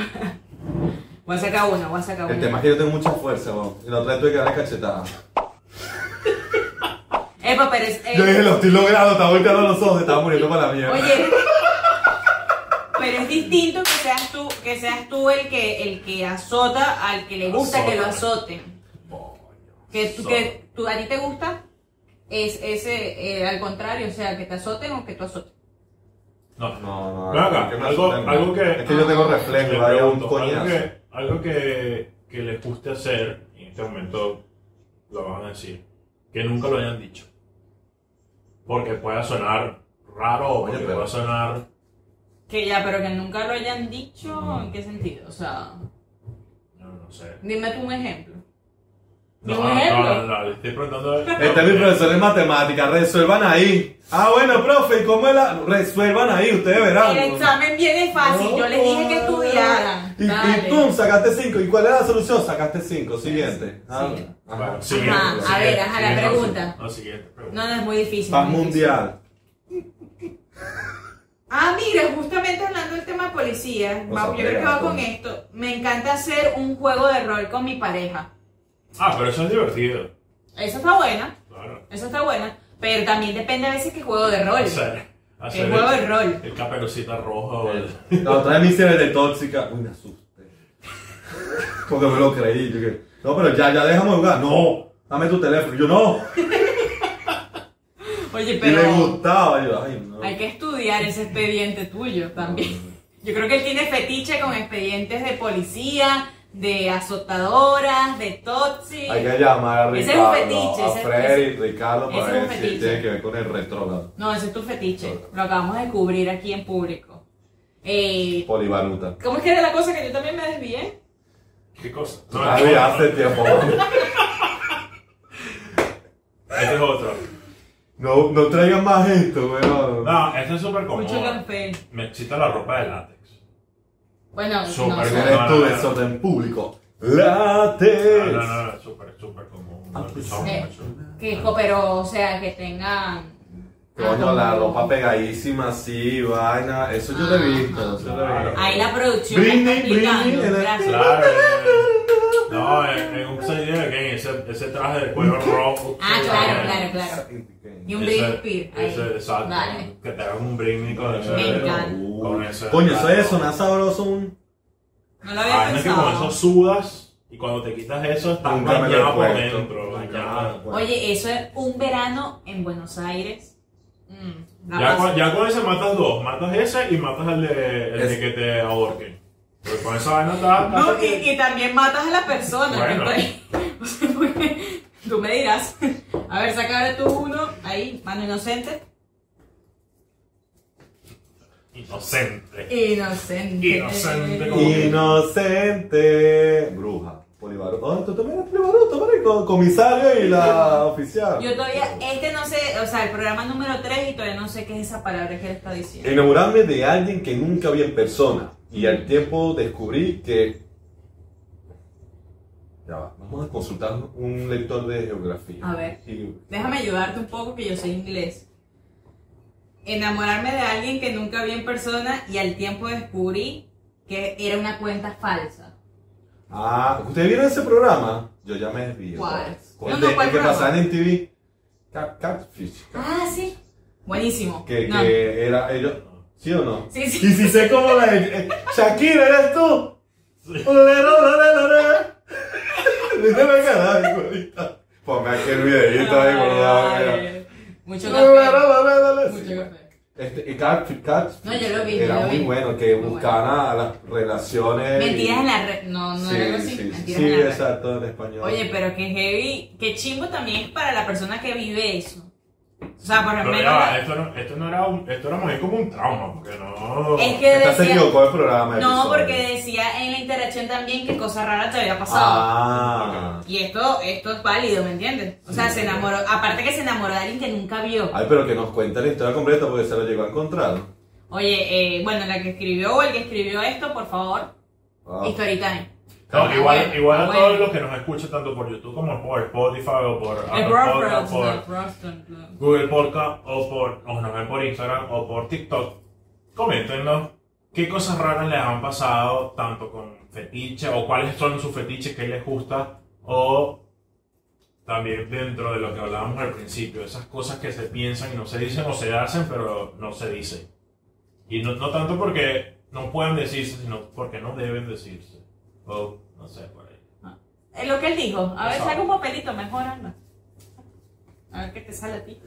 Voy a sacar una, voy a sacar
El
una.
tema es que yo tengo mucha fuerza, weón. Y la otra vez tuve que darle cachetada.
Epa, pero es. eh,
Yo dije, lo estoy logrando, estaba volteando los ojos, estaba muriendo para la mierda.
Oye. Pero es distinto que seas tú, que seas tú el que, el que azota al que le gusta que lo
Azota.
azoten. Que, tú- que tú, a ti te gusta es ese, eh, al contrario, o sea, que te azoten o que tú azotes.
No, no.
No, no,
Ven acá,
que me
algo-
asustan.
algo que-
Es que yo tengo
Ah.
reflejo,
Le
vaya un
pregunto, algo
coñazo.
que- algo que, que les guste hacer, y en este momento lo van a decir, que nunca lo hayan dicho. Porque pueda sonar raro o
Oye,
porque
pero-
pueda sonar...
Que ya, pero que nunca lo hayan dicho, ¿en qué sentido? O sea,
No, no sé.
dime tú un ejemplo.
No,
¿Un
no,
ejemplo?
no, no, le estoy preguntando...
Este es mi profesor de matemáticas, resuelvan ahí. Ah, bueno, profe, ¿y cómo es la...? Resuelvan ahí, ustedes verán.
El examen viene fácil, Ah, yo les dije que estudiaran.
Y,
Dale.
y tú sacaste 5. ¿Y cuál es la solución? Sacaste 5. Siguiente. Ah,
Siguiente.
ajá.
Bueno, siguiente,
Ajá, a ver,
siguiente,
ajá, la
siguiente,
pregunta.
No, siguiente pregunta.
No, no es muy difícil.
Paz
muy difícil.
mundial.
Ah, mira, justamente hablando del tema de policía,
O
va-
sea,
yo creo que va
pega,
con
pues.
esto. Me encanta hacer un juego de rol con mi pareja.
Ah, pero eso es divertido.
Eso está buena,
Claro.
eso está buena, pero también depende a veces qué juego de rol.
Hacer, hacer
el juego de rol.
el caperucita roja o el...
La otra vez me hice de tóxica. Uy, me asusté. Porque me lo creí. Yo que, no, pero ya, ya dejamos de jugar. No, dame tu teléfono. Yo no.
Oye,
Y le
pero
gustaba. Yo, ay, no.
hay que estudiar ese expediente tuyo también.
Ah,
Yo creo que él tiene fetiche con expedientes de policía, de azotadoras, de toxi.
Hay que llamar a
Ese es un
Ricardo,
fetiche,
a
ese es-
Freddy, Ricardo,
ese
para
es un
ver si
fetiche.
tiene que ver con el retrógrado.
No, ese es tu fetiche. Lo acabamos de descubrir aquí en público. Eh,
Polivaluta.
¿Cómo es que era la cosa que yo también me desvié?
¿Qué cosa? No,
Ah,
no,
ya
no.
hace tiempo.
Este es otro.
No, no traigan más esto, weón.
No, este es súper cómodo.
Mucho café.
Me excita la ropa de látex.
Bueno,
Súper
no sé.
bien.
Eres tú desorden público. Látex.
No, no, no, no, es súper, súper común.
Ah, pues,
eh, Que, co- pero, o sea, que tengan.
Coño,
Ah,
la
como-
ropa pegadísima, así, vaina. Eso yo lo he visto. Eso yo lo he visto.
Ahí la producción.
Britney,
me está explicando,
Britney, en el-
gracias.
Claro. eh, No, en, en un serie de game, ese, ese traje de cuero rojo.
Ah, claro, claro, claro. Y un
Ese-
Britney Spears. ahí.
Ese, exacto.
Vale.
Que te hagan un Britney con ese.
Me encanta.
Con ese-
Coño, eso es sonar sabroso. Un...
No lo había
Ah, es que con eso
pensado.
sudas y cuando te quitas eso estás
Nunca me lo he
bañado por
puesto.
dentro.
Nunca
bañado.
me lo he puesto.
Oye, eso es un verano en Buenos Aires. Mm, la
Ya
paso.
con, ya con ese matas dos, matas ese y matas el de, el de
Es-
que te ahorquen. Porque con esa vaina está.
No, y, y también matas a la persona.
Bueno.
que está ahí. O sea, porque tú me dirás. A ver, saca ahora tú uno. Ahí, mano inocente.
Inocente.
Inocente. Eh,
Inocente, como-
Inocente. Bruja. Polibaruto. Oh, tú también eres polibaruto, marico. Comisario y la oficial.
Yo todavía, este no sé, o sea, el programa número 3 y todavía no sé qué es esa palabra que él está
Eh.
diciendo.
Enamorarme de alguien que nunca vi en persona. Y al tiempo descubrí que. Ya va. Vamos a consultar un lector de geografía.
A ver.
Y-
Déjame ayudarte un poco que yo soy inglés. Enamorarme de alguien que nunca vi en persona y al tiempo descubrí que era una cuenta falsa.
Ah, ¿ustedes vieron ese programa? Yo ya me desvío.
¿Cuál?
¿Cuál?
No,
El,
no,
de-
¿cuál
el que
programa?
pasaba en MTV. Cat- Catfish.
Ah, sí. Buenísimo.
Que,
No.
que era ellos. ¿Sí o no?
Sí, sí.
Y si sé cómo la. eh, Shakira, eres tú. Olé, olé, olé, olé. Dice, venga, dale, gordita. Ponme aquí el videito ahí,
Ay,
gordita, venga.
Mucho
Olé,
café.
olé, olé, olé. Sí.
Mucho café.
Este, y Catfish, Catfish
No, yo lo vi, yo
Era
lo
muy
vi.
bueno que
Muy
buscaban a las relaciones. y-
Mentiras en la red. No, no era algo
Sí,
así.
sí, sí,
Mentiras
sí,
en la red.
exacto, en español.
Oye, pero que heavy, que chimbo también es para la persona que vive eso. O sea, por lo
Pero ya va,
menos.
esto no, esto no era un, esto era más bien como un trauma, porque no.
Es que
Estás
decía.
equivocado el programa. el
No,
episodio.
porque decía en la interacción también que cosa rara te había pasado.
Ah.
Y esto, esto es válido, ¿me entiendes? O sea,
Sí. Ah.
se enamoró. Aparte que se enamoró de alguien que nunca vio.
Ay, pero que nos cuente la historia completa porque se lo llegó a encontrar.
Oye, eh, bueno, la que escribió o el que escribió esto, por favor, eh.
Ah.
Storytime.
No, igual, igual a
Bueno.
todos los que nos escuchan, tanto por YouTube como por Spotify o por
Ah,
Apple
El Broadcast,
Podcast, por
el Broadcast, claro.
Google Podcast o por, o nos ven por Instagram o por TikTok, coméntenos qué cosas raras les han pasado, tanto con fetiche o cuáles son sus fetiches que les gusta o también dentro de lo que hablábamos al principio, esas cosas que se piensan y no se dicen o se hacen pero no se dicen. Y no, no tanto porque no pueden decirse, sino porque no deben decirse. O no sé, por ahí.
Es Eh, lo que él dijo. A ver,
Exacto.
saca un papelito, mejor anda. A ver qué te sale a ti.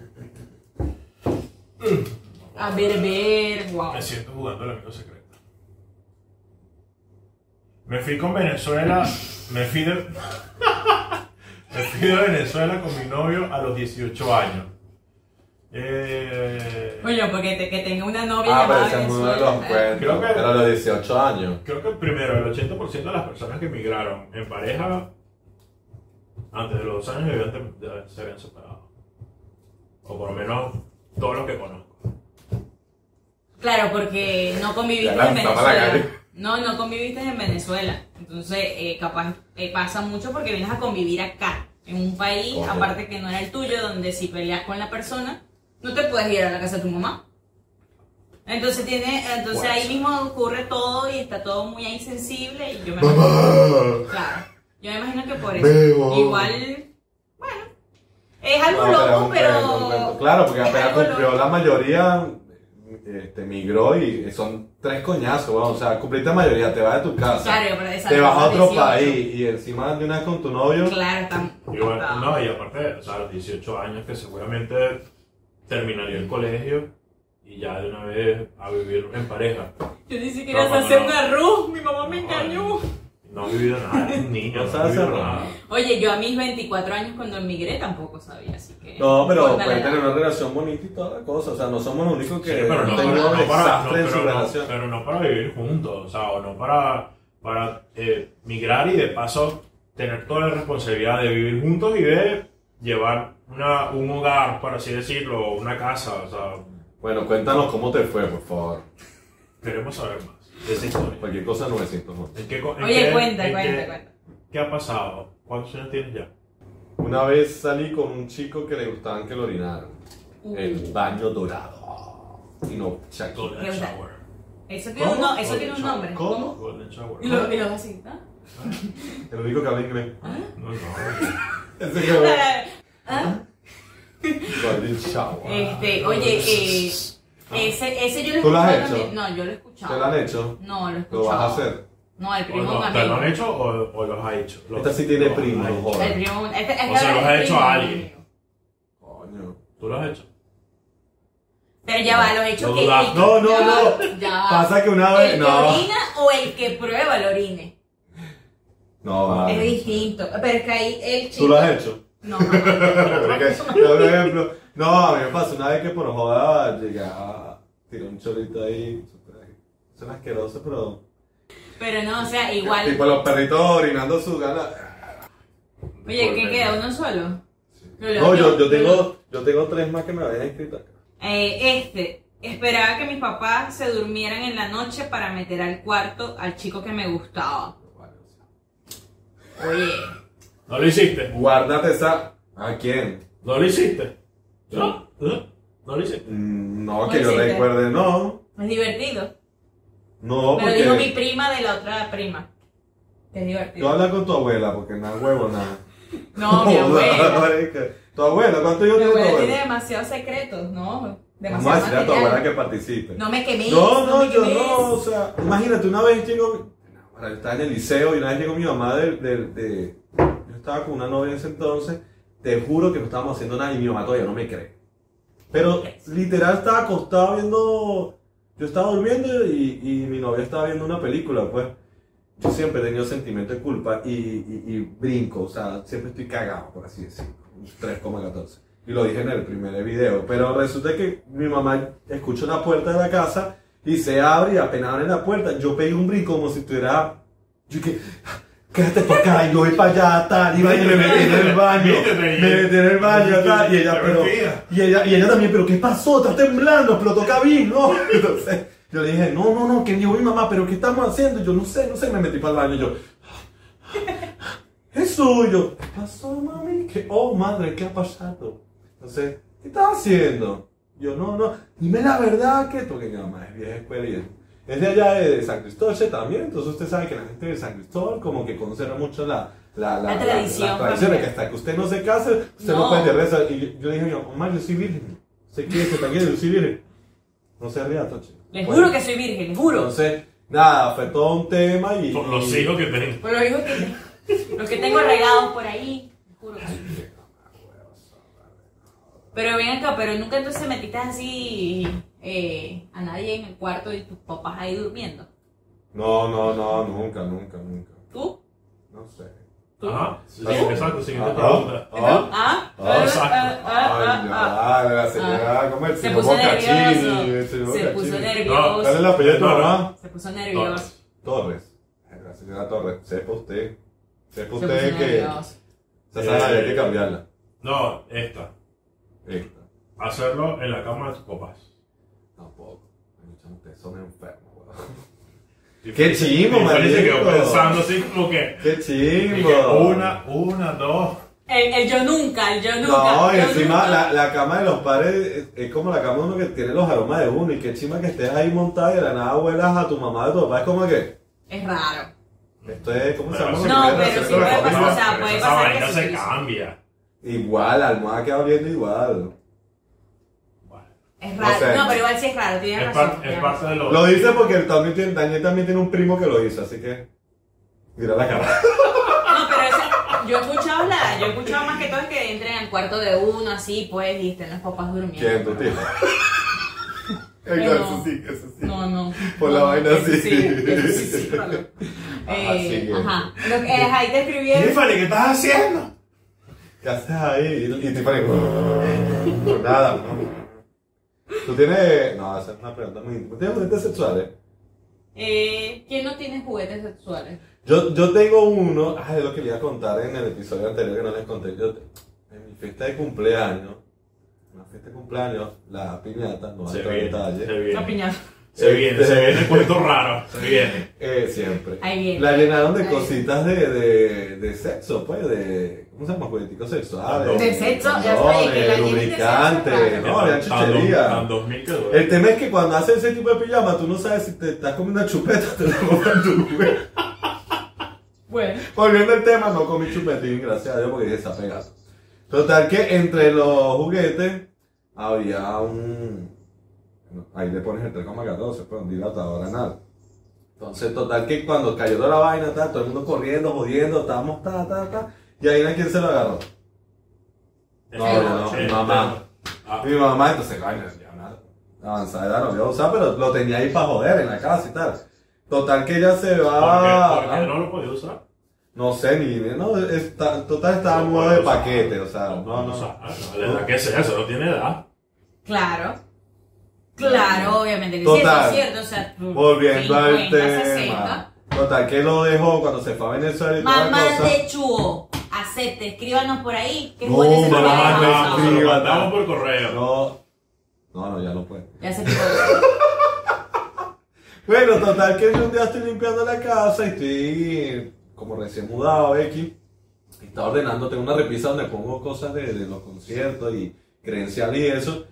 A ver, a ver, wow.
Me siento jugando el amigo secreto. Me fui con Venezuela, me fui de, me fui de Venezuela con mi novio a los 18 años. Eh,
Coño, porque te- que tenga una novia
Ah, pero
llamada
ese es uno de
Venezuela, eh.
los
¿verdad?
cuentos.
Creo que-
Pero a los 18 años.
creo que primero, el 80% de las personas que emigraron en pareja antes de los dos años debían ter- de- se habían separado. O por lo menos todos los que conozco.
Claro, porque no conviviste
Ya la
en
lanzaba a la
Venezuela.
calle.
No, no conviviste en Venezuela. Entonces, eh, capaz eh, pasa mucho porque vienes a convivir acá, en un país,
Correcto.
aparte que no era el tuyo, donde si peleas con la persona, no te puedes ir a la casa de tu mamá. Entonces tiene, entonces
Bueno.
ahí mismo ocurre todo y está todo muy ahí sensible y yo me
¡Mamá!
Claro. Yo me imagino que por eso.
Bebo.
Igual, bueno. Es algo
No,
loco,
un
pero.
cuento, un cuento. Claro, porque
es
apenas
algo
cumplió
loco.
la mayoría, este, migró y son tres coñazos, weón. O sea, cumpliste la mayoría, te vas de tu casa,
Claro, pero esa-
te vas a otro
18.
país y encima de una con tu novio.
Claro, está.
Y bueno,
está-
no, y aparte, o sea, a los 18 años que seguramente terminaría el colegio y ya de una vez a vivir en pareja.
Yo ni siquiera
No,
sé hacer
no,
un
no.
arroz, mi mamá me engañó.
No he vivido nada, era un niño,
No
no, he
sabes
vivido
hacer
nada.
nada.
Oye, yo a mis 24 años cuando emigré tampoco sabía, así que.
No, pero
Corta la
pueden tener
edad.
una relación bonita y toda la cosa. O sea, no somos los únicos que
Sí, pero no,
tengan
para, no, para, no,
desastre en su
pero, no,
relación.
pero no para vivir juntos, o sea, o no para, para eh, migrar y de paso tener toda la responsabilidad de vivir juntos y de llevar una, un hogar, por así decirlo, o una casa, o sea,
Bueno, cuéntanos cómo te fue, por favor.
queremos saber más de esa historia.
Cualquier cosa no me siento mal.
¿En qué co- en
Oye,
qué-
cuenta,
en
cuenta,
qué-
cuenta.
¿Qué ha pasado? ¿Cuántos años tienes ya?
Una vez salí con un chico que le gustaban que lo orinaran.
Uh.
Eh,
El baño dorado. Y no, Shakira.
¿Qué
Golden
onda?
Shower.
Eso tiene un, no- eso tiene un
Golden
nombre.
¿Cómo?
Golden Shower.
Y lo, y lo así, ¿no?
El único que habla inglés.
No, no.
Ese que habla.
¿Ah?
Golden Shower.
Este, oye, eh,
Ah.
ese, ese yo lo he
¿Tú lo has
escuchado
hecho?
también. No, yo lo he
¿Te lo
escuchado.
han hecho?
No, lo he
¿Lo
escuchado.
vas a hacer?
No, el
O
primo
no, ¿Te
también.
lo han hecho o, o los ha hecho? Los-
Esta Este sí tiene
los ha
primo,
hecho.
joder.
El primo, este- este
O sea, los ha
es
hecho
primo,
a alguien.
amigo.
Coño.
¿Tú lo has hecho?
Pero ya va, los hechos
No
que.
dudas.
No, no,
ya va,
no.
Ya va.
Pasa que una vez.
¿El que
No.
orina o el que prueba el orine?
Ah, No, vale.
Es distinto. Pero es que ahí el chico.
¿Tú lo has hecho?
No, no.
Por ejemplo. No, a mí me pasó una vez que por joda llegaba, tiró un chorrito ahí. Son asquerosos, pero.
Pero no, o sea, igual.
Tipo los perritos orinando su gana.
Oye, ¿qué
Por-
queda? ¿Uno solo? Lo-
No,
lo-
yo, yo
lo-
tengo, yo tengo tres más que me habían escrito acá.
Eh, este. Esperaba que mis papás se durmieran en la noche para meter al cuarto al chico que me gustaba. Oye.
¿No lo hiciste?
Guárdate esa. ¿A quién?
¿No lo hiciste?
Sí.
¿No? ¿Eh? ¿No lo hiciste?
Mm, No,
No
que yo
existe.
recuerde, no.
Es divertido.
No,
Me lo dijo mi
porque.
prima de la otra prima. Es
Tú
divertido.
hablas con tu abuela, porque nada huevo, nada.
No, mi abuela.
Tu abuela, ¿cuánto yo
Mi
tengo tu
abuela tiene
abuela?
demasiados secretos, ¿no?
Vamos a
Demasiado
decirle a tu abuela
material.
que participe.
No me quemes.
No, no,
me
yo
quemes.
no, o sea, imagínate, una vez llegó, bueno, yo estaba en el liceo y una vez llegó mi mamá de, de- de- yo estaba con una novia en ese entonces, te juro que no estábamos haciendo nada y mi mamá todavía no me cree. Pero literal estaba acostado viendo, yo estaba durmiendo y, y mi novia estaba viendo una película, pues. Yo siempre he tenido sentimiento de culpa y, y- y brinco, o sea, siempre estoy cagado, por así decirlo, un 3,14. Y lo dije en el primer video, pero resulta que mi mamá escucha una puerta de la casa y se abre y apenas abre la puerta, yo pegué un brinco como si estuviera, yo que, quédate por acá y yo voy para allá, tal, y me metí en el baño, me metí en el baño, tal, y ella, pero, y ella, y ella también, pero ¿qué pasó? Estás temblando, explotó Cabin, ¿no? Entonces, yo le dije, no, no, no, que dijo mi mamá, pero ¿qué estamos haciendo? Y yo no sé, no sé, me metí para el baño, y yo, es suyo. ¿Qué pasó, mami? ¿Qué? Oh, madre, ¿qué ha pasado? Entonces, ¿qué estás haciendo? Yo, no, no, dime la verdad que porque mi mamá es vieja escuela y es- es de allá de, de San Cristóbal che, también, entonces usted sabe que la gente de San Cristóbal como que conserva mucho la, la,
La tradición
las tradiciones, que
familiar.
hasta que usted no se case, usted no,
No.
puede rezar. Y yo, yo le dije, a mi mamá, yo soy virgen, sé que se tranquilo, yo soy virgen. No se ría, Toche.
Les
Bueno,
juro que soy virgen, les juro.
Entonces, nada, fue todo un tema y...
Por los
y-
hijos que tenés.
Por los hijos que, los que tengo regados por ahí, les juro. que sí. Pero ven acá, pero nunca entonces metiste así eh, a nadie en el cuarto y tus papás ahí durmiendo.
No, no, no, nunca, nunca, nunca.
¿Tú?
No sé.
Ajá. Sí,
Ajá.
exacto, siguiente
Ajá.
pregunta.
¿Ah?
Ah,
¿Ah?
Ah,
¿Ah?
exacto.
¿Ah?
ay,
¿Ah? ¿Ah?
ya, la señora, ¿cómo es?
Se
Señor
puso
Bocaccini, el señor
nervioso. Se puso
Bocaccini.
nervioso.
¿Cuál es el apellido de tu mamá?
Se puso nervioso.
Torres. La señora Torres. Sepa usted. Sepa
Se puso
usted que.
nervioso.
Se sabe, hay que cambiarla.
No, esta.
Esta.
Hacerlo en la cama de tus papás.
Tampoco. Ay, chamo, Ustedes son enfermos, weón.
Y
¡Qué
Felipe-
chimbo,
y Felipe se quedó
marico!
pensando así como que.
¡Qué
y
chingo!
que Una, una, dos.
El, el yo nunca, el yo nunca.
No, y
yo
encima
nunca.
la, la cama de los padres es, es como la cama de uno que tiene los aromas de uno. Y qué chima que estés ahí montada y de la nada vuelas a tu mamá de tu papá. Es como que.
Es raro.
Esto es. ¿Cómo se
Pero
llama?
sí.
No,
Lo que tiene
pero sí
relación con la
puede
comida.
pasar, o sea,
pero
puede
esa
pasar que
vaina
sí,
se
sí.
cambia.
Igual, la almohada queda oliendo igual.
Bueno,
Es raro.
O sea,
no, pero igual sí es raro, tienes
es,
razón.
parte, es
tienes
parte de lo.
Lo dice porque él también tiene, Daniel también tiene un primo que lo hizo, así que. Mira la cara.
No, pero esa, yo he escuchado la, yo he escuchado más que todo es que entren al cuarto de uno así, pues, y estén los papás durmiendo.
¿Quién, tu tío?
Pero no.
eso sí.
No, no.
Por la
No,
vaina
eso
así.
Sí, eso sí, sí, raro.
Ajá,
Eh,
siguiente.
ajá. Lo que- eh, ahí te escribieron.
Tiffany, ¿qué estás haciendo?
¿Qué haces ahí? Y, y Tiffany. Nada. Tú tienes. No, esa es una pregunta muy íntima. ¿Tienes juguetes sexuales?
Eh, ¿Quién no tiene juguetes sexuales?
Yo, yo tengo uno. Ah, es lo que quería contar en el episodio anterior que no les conté. Yo, en mi fiesta de cumpleaños, una fiesta de cumpleaños, la piñata, no
Se
hay
viene,
detalle.
se
La
viene.
piñata.
Se viene,
Este-
se viene el cuento raro. Se viene.
Eh, siempre.
Ahí viene.
La llenaron de
Ahí
cositas de, de, de sexo, pues, de. ¿Cómo se llama? Jugueticos sexuales.
De
sexo, ya
condones,
sabes que la llenen de sexo,
lubricantes,
claro.
no, la
Tan-
chuchería. Eh,
tan 2000 que duele.
El tema es que cuando hacen ese tipo de pijama, tú no sabes si te estás comiendo una chupeta o te la comes tu juguete.
Bueno.
Volviendo al tema, no comí chupetín, gracias a Dios, porque dije está pegado. Total que entre los juguetes había un... no, Ahí le pones el 3,14, pues un dilatador anal. Entonces, total que cuando cayó toda la vaina, tal, todo el mundo corriendo, jodiendo, estábamos, ta, ta, ta. Y ahí a quién se lo agarró. No, no, no, mi mamá.
Ah,
Mi mamá, entonces, vaina, ya una avanzada edad no lo iba a usar, pero lo tenía ahí para joder en la casa y tal. Total que ella se
¿Por
va...
qué? ¿Por qué no lo podía usar?
No sé, ni no, está, total estaba
No
nuevo
puede
de
usar.
paquete, o sea, no,
o sea,
no.
ah, no, la edad que sea, eso no tiene edad.
Claro. Claro, obviamente que
Total.
sí, eso es cierto. O sea, tú-
Volviendo al
50,
tema.
60.
Total, que lo dejó cuando se fue a Venezuela y toda la
Mamá
cosa.
de Chuo, acepte, escríbanos por ahí. ¿Qué
No,
juguetes
Mi
No
sexuales
lo
mamá
han
me
mandamos,
usado?
se lo
escriba,
mandamos
tal.
por correo.
No, no, no, ya no puede.
Ya se picó.
Bueno, total, que un día estoy limpiando la casa y estoy como recién mudado, X. y Estaba ordenando, tengo una repisa donde pongo cosas de, de los conciertos y credenciales y eso.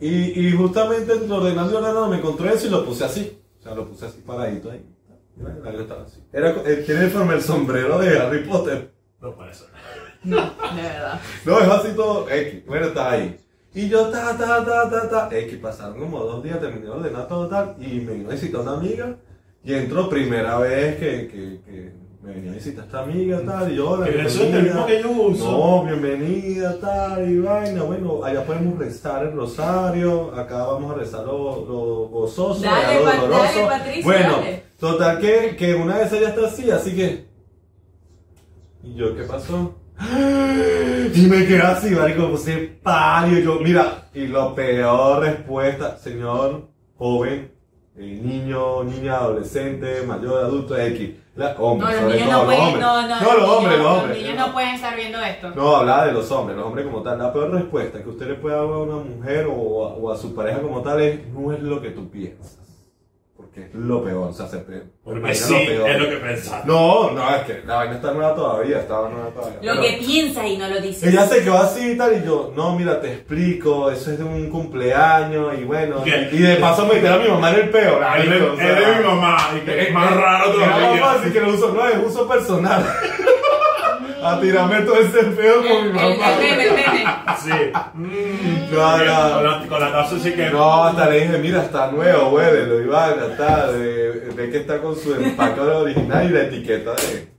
Y, y justamente ordenando y ordenando me encontré eso y lo puse así. O sea, lo puse así paradito ahí. Y bueno, la vida estaba así. Era, eh, tiene forma el sombrero de Harry Potter.
No puede ser.
No, de verdad.
No, es así todo. X, bueno, está ahí. Y yo, ta, ta, ta, ta, ta. X, pasaron como dos días, terminé de ordenar todo tal. Y me vino a visitar una amiga. Y entró primera vez que, que, que me venía a visitar esta amiga, tal. Y yo, hola,
Pero eso es el mismo que yo uso.
No, bienvenida, tal y vaina. Bueno, allá podemos rezar el rosario. Acá vamos a rezar lo, lo gozoso,
Dale,
allá lo
Pat- dale,
doloroso.
Patricio,
bueno,
dale.
total que, que una vez ella está así, así que. ¿Y yo qué pasó? ¡Ah! Y me quedé así, marico, puse pálido. Yo, mira, y la peor respuesta, señor, joven, eh, niño, niña, adolescente, mayor, adulto, X. La, hombre,
No, los
sobre
niños
todo, los
no pueden.
hombres.
No, no,
los hombres, los
niños-
hombres.
Los niños no pueden estar viendo esto.
No, hablaba de los hombres, los hombres como tal. La peor respuesta que usted le puede dar a una mujer o a, o a su pareja como tal es no es lo que tú piensas. Porque es lo peor, o sea, se pe-
Porque
marica,
sí, es lo que pensaste.
No, no, es que la vaina está nueva todavía, estaba nueva todavía.
Lo
Pero
que piensa y no lo dice.
Ella se quedó así y tal, y yo, no, mira, te explico, eso es de un cumpleaños, y bueno, y,
¿Qué? Ah,
y de paso me tiró a mi mamá en el peor.
Es de, es
ah,
de mi mamá, y que es más raro
Era más
todavía.
fácil que lo uso, no, es uso personal. a tirarme todo ese pedo
El-
con mi
el-
mamá.
el meme, el meme.
Sí. Mm.
No,
Bien,
no.
Con la, con la taza sí que.
No, hasta le dije, mira, está nuevo, huélelo, Iván, está, de- ve que está con su empacador original y la etiqueta de, de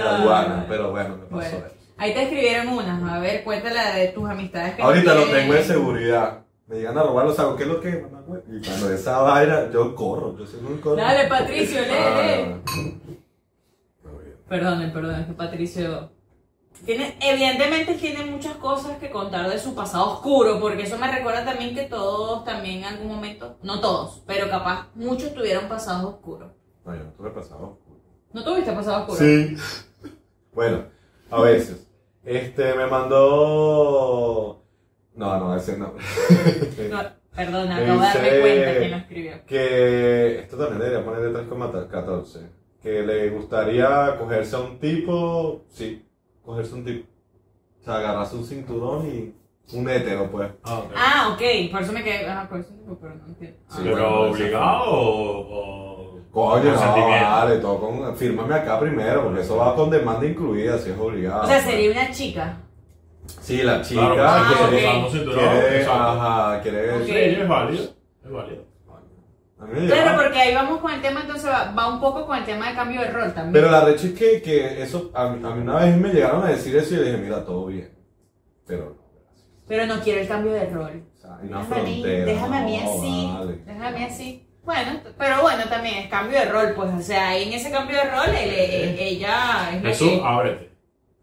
Ah.
aduana, pero bueno, me pasó
Bueno,
eso.
ahí te escribieron unas. A ver, cuéntala de tus amistades. que
Ahorita
no
lo
tienen.
tengo en seguridad, me llegan a robar los sacos, ¿qué es lo que? es, mamá, güey? Y cuando esa vaina, yo corro, yo soy un corro.
Dale, Patricio, lee, lee.
Ah, no, bien.
Perdonen, perdonen, es que Patricio. Tiene, evidentemente tiene muchas cosas que contar de su pasado oscuro, porque eso me recuerda también que todos también en algún momento, no todos, pero capaz muchos tuvieron pasado oscuro.
No, yo no tuve pasado.
¿No tuviste pasado oscuro?
Sí. Bueno, a veces. Este, me mandó... No, no, ese no.
No, perdona,
Me
acabo de darme
dice-
cuenta que lo escribió.
que esto también debería poner de 3,14. Que le gustaría cogerse a un tipo, sí, cogerse a un tipo. O sea, agarrarse un cinturón y un hétero, pues.
Ah, ok.
Ah, ok, por eso me quedé. Ah, por eso no, pero no entiendo. Ah.
Sí.
Pero
bueno,
obligado o. o-
Coño, no,
consentimiento?
vale, todo con, fírmame acá primero, porque eso va con demanda incluida, si es obligado. pues.
O sea, sería una chica.
Sí, la chica
Claro,
Ah,
porque
quiere,
ok.
usamos cinturón,
quiere,
exacto.
ajá, quiere...
Ok.
Sí, es válido. Es válido.
A mí me lleva-
Claro, porque ahí vamos con el tema, entonces va, va un poco con el tema de cambio de rol también.
Pero la recha es que, que eso, a mí, a mí una vez me llegaron a decir eso y le dije, mira, todo bien. Pero no, gracias.
Pero no quiero el cambio de rol.
O sea, hay una
déjame, a mí-
frontera.
déjame a mí
no,
así.
vale.
Déjame así. Bueno, t- pero bueno, también es cambio de rol, pues. O sea, ahí en ese cambio de rol, él- él- ella es la
Jesús,
que-
ábrete.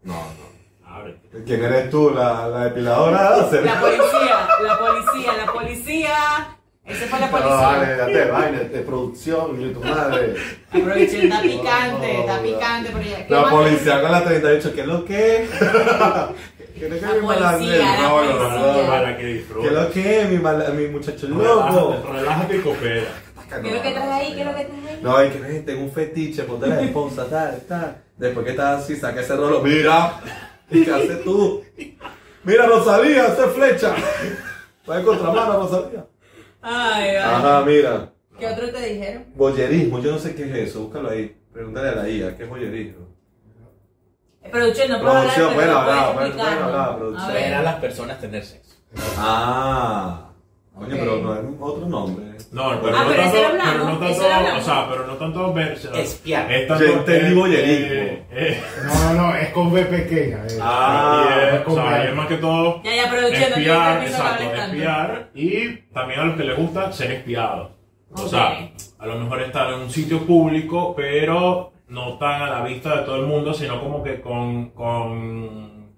No, no.
Ábrete.
¿Quién eres tú? ¿La, la depiladora?
La policía, la policía, la policía. Ese fue la
No,
policía.
vale, date vaina, de producción, y tu madre.
Aproveché, está picante,
No,
está
no.
picante. Pero ya, ¿qué
La
más?
policía con la 38, ¿qué es lo que? ¿Qué es lo que
La
mi malandro?
policía, la
No, no, no,
policía.
no.
Para que
¿Qué es lo
disfrutes.
que? Mi, mal- mi muchacho loco.
Relájate, relájate y coopera.
¿Qué es lo que traes ahí? ¿Qué es lo que traes ahí?
No, es que ven, tengo un fetiche, ponte la esposa, tal, tal. Después que estás así, saca ese rolo. Mira, ¿qué haces tú? Mira, Rosalía, hace flecha. Va en contramano, Rosalía.
Ay, ay.
Ajá, mira.
¿Qué otro te dijeron?
Boyerismo, yo no sé qué es eso, búscalo ahí. Pregúntale a la IA, ¿qué es boyerismo?
Eh, Producción, no puedo hablar,
Producción,
pero
bueno,
no puedes
hablaba, bueno,
explicarlo.
bueno, hablaba,
A
producción.
Ver
ver.
a las personas tener sexo.
Ah. Coño,
Ok.
pero no es otro nombre.
No, pero
Ah,
no
pero
tanto,
ese era blanco,
pero no
ese era
tanto,
blanco.
o sea, pero no tanto verse.
Espiar.
Es
Yo entendí boyerismo.
eh, eh,
No, no, no, es con B pequeña. eh.
Ah,
y es,
es
o
con
sea,
B.
y es más que todo
Ya, ya, producción, no tienes
espiar,
permiso para
exacto,
hablar tanto.
espiar y también a los que les gusta ser espiados. O
Ok.
sea, a lo mejor estar en un sitio público, pero no tan a la vista de todo el mundo, sino como que con, con,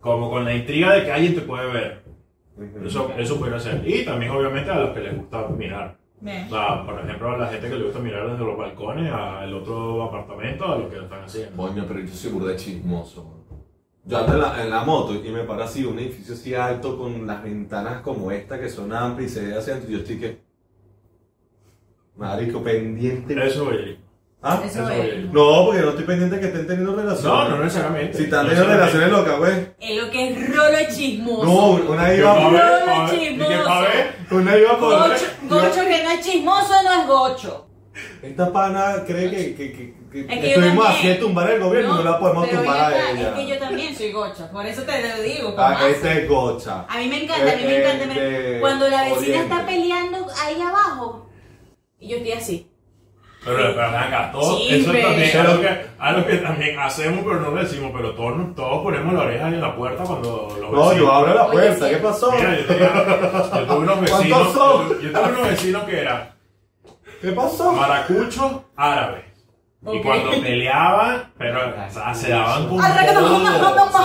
como con la intriga de que alguien te puede ver. Eso, eso pudiera ser. Y también obviamente a los que les gusta mirar. O
Ven.
sea, por ejemplo, a la gente que le gusta mirar desde los balcones al otro apartamento, a lo que están haciendo.
Coño, pero yo soy burda de chismoso. bro. Yo ando en la, en la moto y me para así un edificio así alto con las ventanas como esta que son amplias y se ve hacia adentro y yo estoy que... Marico, pendiente.
Eso es
¿Ah?
Eso
Eh, eso
es.
es.
No, porque no estoy pendiente que estén teniendo
No,
relaciones.
no necesariamente.
Si están
No
teniendo
necesariamente.
relaciones locas, güey.
Es lo que es rolo chismoso.
No, una
Que
iba...
pa' ver,
No,
pa' ver.
chismoso.
Y que pa' ver.
Una iba por...
Gocho, gocho que no es chismoso no es gocho.
Esta pana cree que, que, que, que
Es que yo
estuvimos
también.
así de tumbar el gobierno y no la podemos
pero
tumbar a
ven acá,
ella.
Es que yo también soy gocha, por eso te lo digo. con
Ah,
masa.
esta es gocha.
A mí me encanta, a mí me
Eh,
encanta.
eh, de
mira, Cuando la vecina
Oriente.
está peleando ahí abajo, y yo estoy así.
Pero, pero ven acá, todo
Sí,
eso es
pero-
también algo que, algo que también hacemos, pero no lo decimos. Pero todos, todos ponemos la oreja en la puerta cuando lo
No, yo abro la
Oye,
puerta,
sí.
¿qué pasó?
Mira, yo, tenía- yo tuve unos
¿Cuántos
vecinos.
son?
Yo, yo tuve unos vecinos que eran
¿Qué pasó?
maracuchos árabes. Y
Ok.
cuando peleaban, pero o sea, se daban con
Arranca, no,
todo,
no, no, no,
se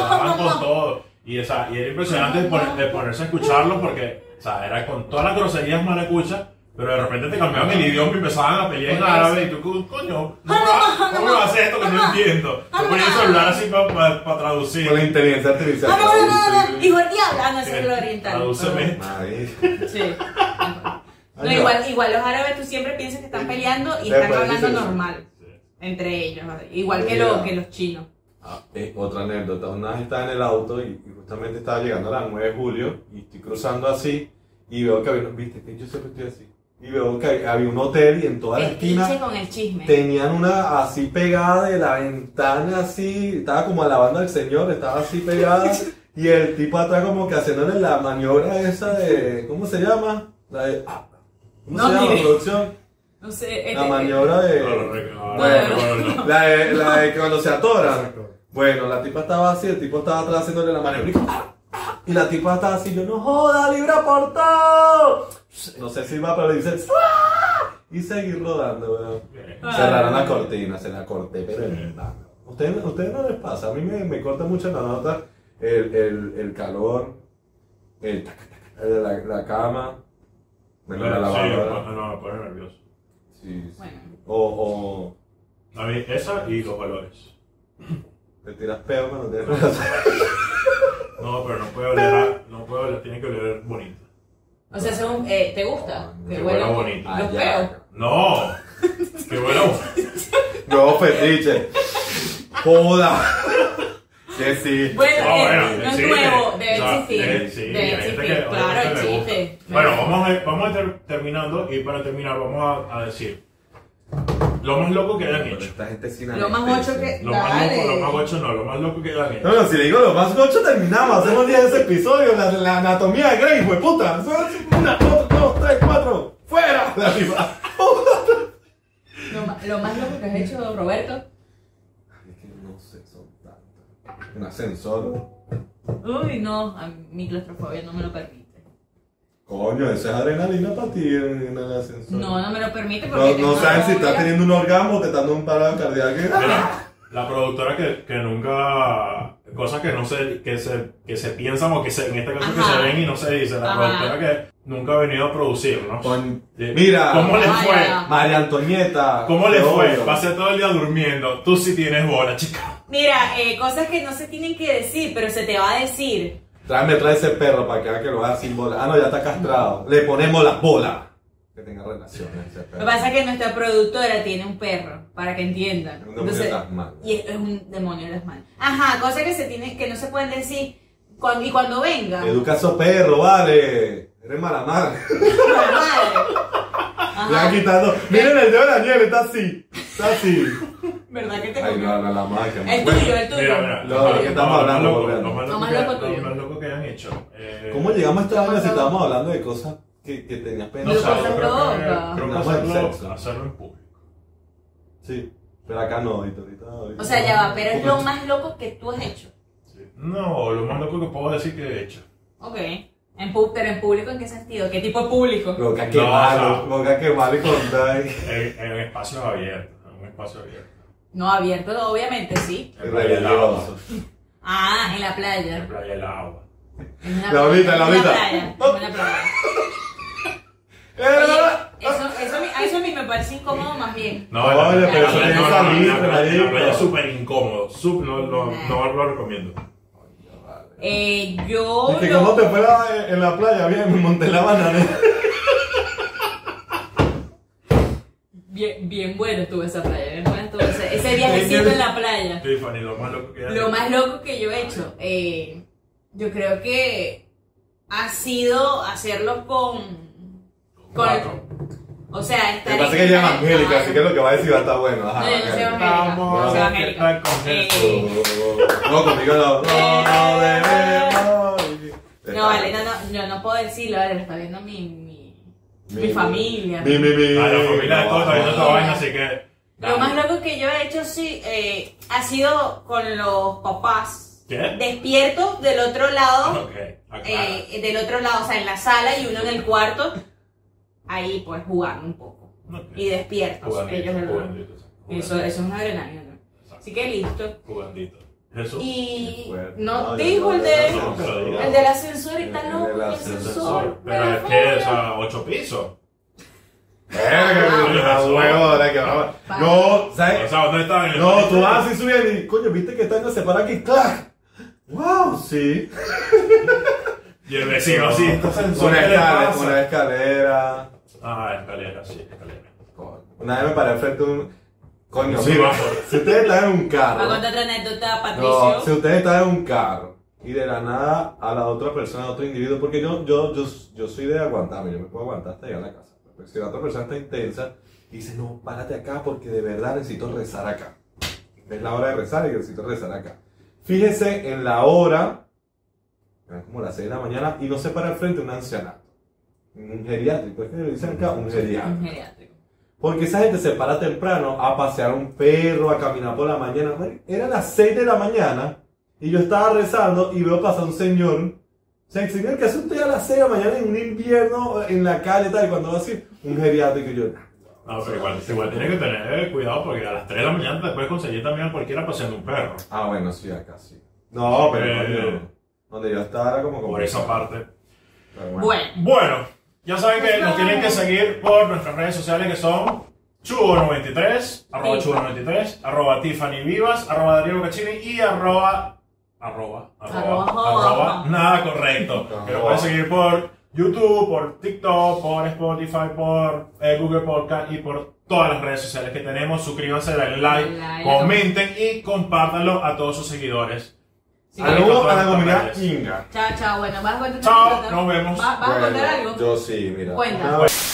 daban
no, no.
con todo. Y, o sea, y era impresionante de, poner- de ponerse a escucharlos porque, o sea, era con todas las groserías maracuchas, pero de repente te cambiaban el idioma y empezaban a pelear en
Oye,
árabe y tú, co- coño, ¿cómo va- cómo vas a hacer esto que Ah, no entiendo? Te ponías el celular así para traducir.
Con la inteligencia artificial.
No, no, no, no, no,
traduce.
hijo del diablo. Ah, no, eso es lo oriental.
Tradúceme.
Madre.
Sí.
Ah,
No,
Ay,
igual, igual los árabes tú siempre piensas que están peleando y
Ya,
están
pues,
hablando
dice eso.
normal entre ellos, igual que,
Mira.
los, que los chinos.
Ah, eh, otra anécdota. Una vez estaba en el auto y, y justamente estaba llegando a las 9 de julio y estoy cruzando así y veo que había, viste, que yo siempre estoy así. Y veo que había un hotel y en toda la esquina
Fetiche con el chisme.
Tenían una así pegada de la ventana, así, estaba como alabando al Señor, estaba así pegada, y el tipo atrás como que haciéndole la maniobra esa de, ¿cómo se llama? La de, ah, ¿cómo
No,
se llama
mire.
producción?
No sé,
La
este-
maniobra
No, no,
de,
no, no,
Bueno.
no, no, no.
la de, la de cuando se atoran.
Exacto.
Bueno, la tipa estaba así, el tipo estaba atrás haciéndole la maniobra, y, ah, Y la tipa está así, yo no joda, libre aportado. No sé si va, pero le dice, "¡Suá!", y seguir rodando, weón. Cerraron la cortina, se la corté, pero en verdad. ¿Ustedes, ustedes no les pasa, a mí me, me corta mucho la nota el, el, el calor, el tac, tac, tac, la, la cama, la, la lavadora.
no, no, me pone nervioso.
Sí, sí.
Bueno.
O,
A mí, esa y los valores.
o te tiras peo cuando tienes relación.
No, pero no puede oler, a- no puede oler, tiene que oler bonito.
O sea, según, eh, ¿te gusta?
Que
Que
huela
huele
bonito.
Los
Allá.
peos.
No, que bueno.
No, fetiche. Joda. Que sí.
Bueno,
No,
eh,
bueno,
no es
existe.
nuevo,
O sea,
debe
debe-
existir.
sí,
debe
hay gente
existir,
que- hay
claro,
gente que le gusta.
existe.
Bueno, vamos a, vamos a ter- terminando y para terminar vamos a, a decir lo más loco que hayan hecho.
Esta gente sin
Lo más
anestesia.
ocho que-
Lo más
Dale.
loco, lo más ocho no, lo más loco que hayan
No,
hecho.
no, si le digo lo más ocho terminamos. Hacemos 10 episodios. La, la anatomía de Grey, fue puta. Son Una, dos, dos, tres, cuatro. ¡Fuera! La tipa.
Lo, ma- lo más loco que has hecho, Roberto.
Es que no sé, son tantas. Un ascensor.
Uy, no, a mí mi claustrofobia no me lo permite.
Coño, eso es adrenalina para ti en, en el ascensor.
No, no me lo permite
No,
porque.
no
tengo
sabes si estás
fobia.
teniendo un orgasmo o te estás dando un parado cardíaco.
Mira, la productora que, que nunca cosas que no se que se que se piensan o que se, en este caso que
Ajá.
se ven y no se dice la
Ajá.
productora que nunca ha venido a producir, ¿no?
Con-
Sí.
Mira.
¿Cómo le
Ah,
fue?
ya.
María Antonieta.
¿Cómo le
te
fue?
odio.
Pasé todo el día durmiendo. Tú sí tienes bola, chica.
Mira, eh, cosas que no se tienen que decir, pero se te va a decir.
Tráeme, trae ese perro para que haga que lo haga sin bola. Ah, no, ya está castrado. Le ponemos las bolas. Que tenga relaciones ese
Lo que
perro.
pasa es que nuestra productora tiene un perro, para que entiendan.
Un demonio de las manos.
Y es, es un demonio de las manos. Ajá, cosas que se tienen, que no se pueden decir. cuan- y cuando venga.
Educa a esos perros, vale. Eres mala madre.
la madre.
Le van
Ajá.
quitando. Miren el dedo de Daniel, está así. Está así.
¿Verdad que te
Ay, no, no, la madre. que
El
me-
tuyo, el tuyo.
Mira, mira.
Lo de que estamos hablando,
lo más
volviendo.
loco-
Lo más
Lo más loco
loco
que-
tuyo.
lo más loco que hayan hecho. Eh,
¿Cómo llegamos a esta hora si
Pasado.
estábamos hablando de cosas que, que tenías pena?
No sé,
Cosas
yo creo que-
locas.
creo que
No,
hacerlo,
sexo.
hacerlo en público.
Sí. Pero acá no, ahorita, ahorita, ahorita.
O sea, ya va, pero es lo más loco que tú has hecho.
Sí. No, lo más loco que puedo decir que he hecho.
Ok. En pu- pero en público, ¿en qué sentido? ¿Qué tipo de público?
Boca que
No,
malo,
o
boca que malo y contar.
En, en espacios abiertos. En un espacio abierto.
No abierto, no, obviamente sí.
En Playa del Agua.
Ah, en la
En
playa.
Playa del Agua.
En una-
La bolita, la
en una
bolita.
playa, en una playa. Oye, eso, eso, a mí- eso a mí me parece incómodo más bien.
No,
Oye,
en la- en
pero
la
eso
playa-
tiene
no, no, no, en la
salitre,
playa- en la
marico.
playa es súper incómodo. Sup- no, no, no lo recomiendo.
Eh, yo.
Es que
lo-
como te fue la- en la playa, bien, me monté la banana.
bien, bien bueno estuvo esa playa. Bien bueno estuvo ese, ese viajecito en la playa.
Tiffany, lo más loco que hayan
Lo más loco que yo he hecho. eh, yo creo que ha sido hacerlo con.
Cuatro.
O sea,
Me
estar.
parece
en-
que ella es evangélica,
Ah,
así que lo que va a decir va a estar bueno. Ajá,
No, yo no soy
bacán.
evangélica.
Vamos
No soy
a ver qué
evangélica.
tal con
Eh,
eso.
Oh, No, conmigo no. No, no debemos.
No, vale, no, no, yo no puedo decirlo, vale, lo está viendo mi, mi, mi familia.
Mi, mi, mi.
A Eh, la familia de todos está viendo esta
no.
vaina, así que.
Lo más loco que yo he hecho sí eh, ha sido con los papás.
¿Qué?
Despierto del otro lado,
Ok, aclara.
eh, del otro lado, o sea, en la sala y uno en el cuarto. Ahí pues jugando un poco.
Ok.
Y despiertos ellos
Jugandito,
del-
jugandito, sí.
Eso, eso es una adrenalina. ¿no? Así que listo.
Jugandito. Jesús.
Y
yo
no te dijo el de
no, pero diga.
el del ascensor y está
El
loco,
del
el
ascensor.
ascensor.
Pero es que, o sea, ocho pisos.
Verga,
Ah,
huevo, ahora que vamos. No,
O
¿sabes?
sea, ¿dónde estaban? En el-
No, tú vas así subiendo y, coño, viste que están separados aquí, ¡clac! ¡Wow! Sí.
Y el vecino así.
Una
entonces, ¿qué le
escalera,
pasa?
una escalera.
Ah, escalera, sí, escalera.
Una vez me paré frente a un. Coño,
Sí,
mira,
vamos.
si ustedes están en un
Va a
carro.
contar otra anécdota,
No, si
Patricio.
ustedes están en un carro y de la nada a la otra persona, a otro individuo, porque yo, yo, yo, yo soy de aguantarme, yo me puedo aguantar hasta llegar a la casa. Pero si la otra persona está intensa, dice, no, párate acá porque de verdad necesito rezar acá. Es la hora de rezar y necesito rezar acá. Fíjense en la hora, eran como las 6 de la mañana, y no se para al frente un ancianato. Un geriátrico, es que le dicen acá un geriátrico.
Un geriátrico.
Porque esa gente se para temprano a pasear un perro, a caminar por la mañana. Era las 6 de la mañana y yo estaba rezando y veo pasar un señor sea, exigir que asunto ya a las 6 de la mañana en un invierno en la calle y tal, y cuando va así, un geriátrico y yo.
No, pero igual, igual tienes que tener cuidado porque a las 3 de la mañana te puedes conseguir también a cualquiera paseando un perro.
Ah, bueno, sí, acá sí. No, pero
Eh.
coño, donde yo estaba era como
Por esa parte.
Pero
Bueno,
Bueno, ya saben que nos tienen que seguir por nuestras redes sociales que son chubo93, arroba
Sí.
chubo93, arroba Tiffany Vivas, arroba Darío Bocachini y arroba, arroba, arroba,
Arroba.
arroba, nada correcto. Que lo pueden seguir por YouTube, por TikTok, por Spotify, por eh, Google Podcast y por todas las redes sociales que tenemos. Suscríbanse, denle like,
Like.
comenten y compártanlo a todos sus seguidores.
Sí.
Saludos a la
Todas las
comunidad
redes.
Inga.
chao, chao. Bueno, vas a contar.
Chao, nos vemos.
¿Vas, vas a contar
Bueno,
algo?
Yo sí, mira.
Cuenta.
Ah, Ah,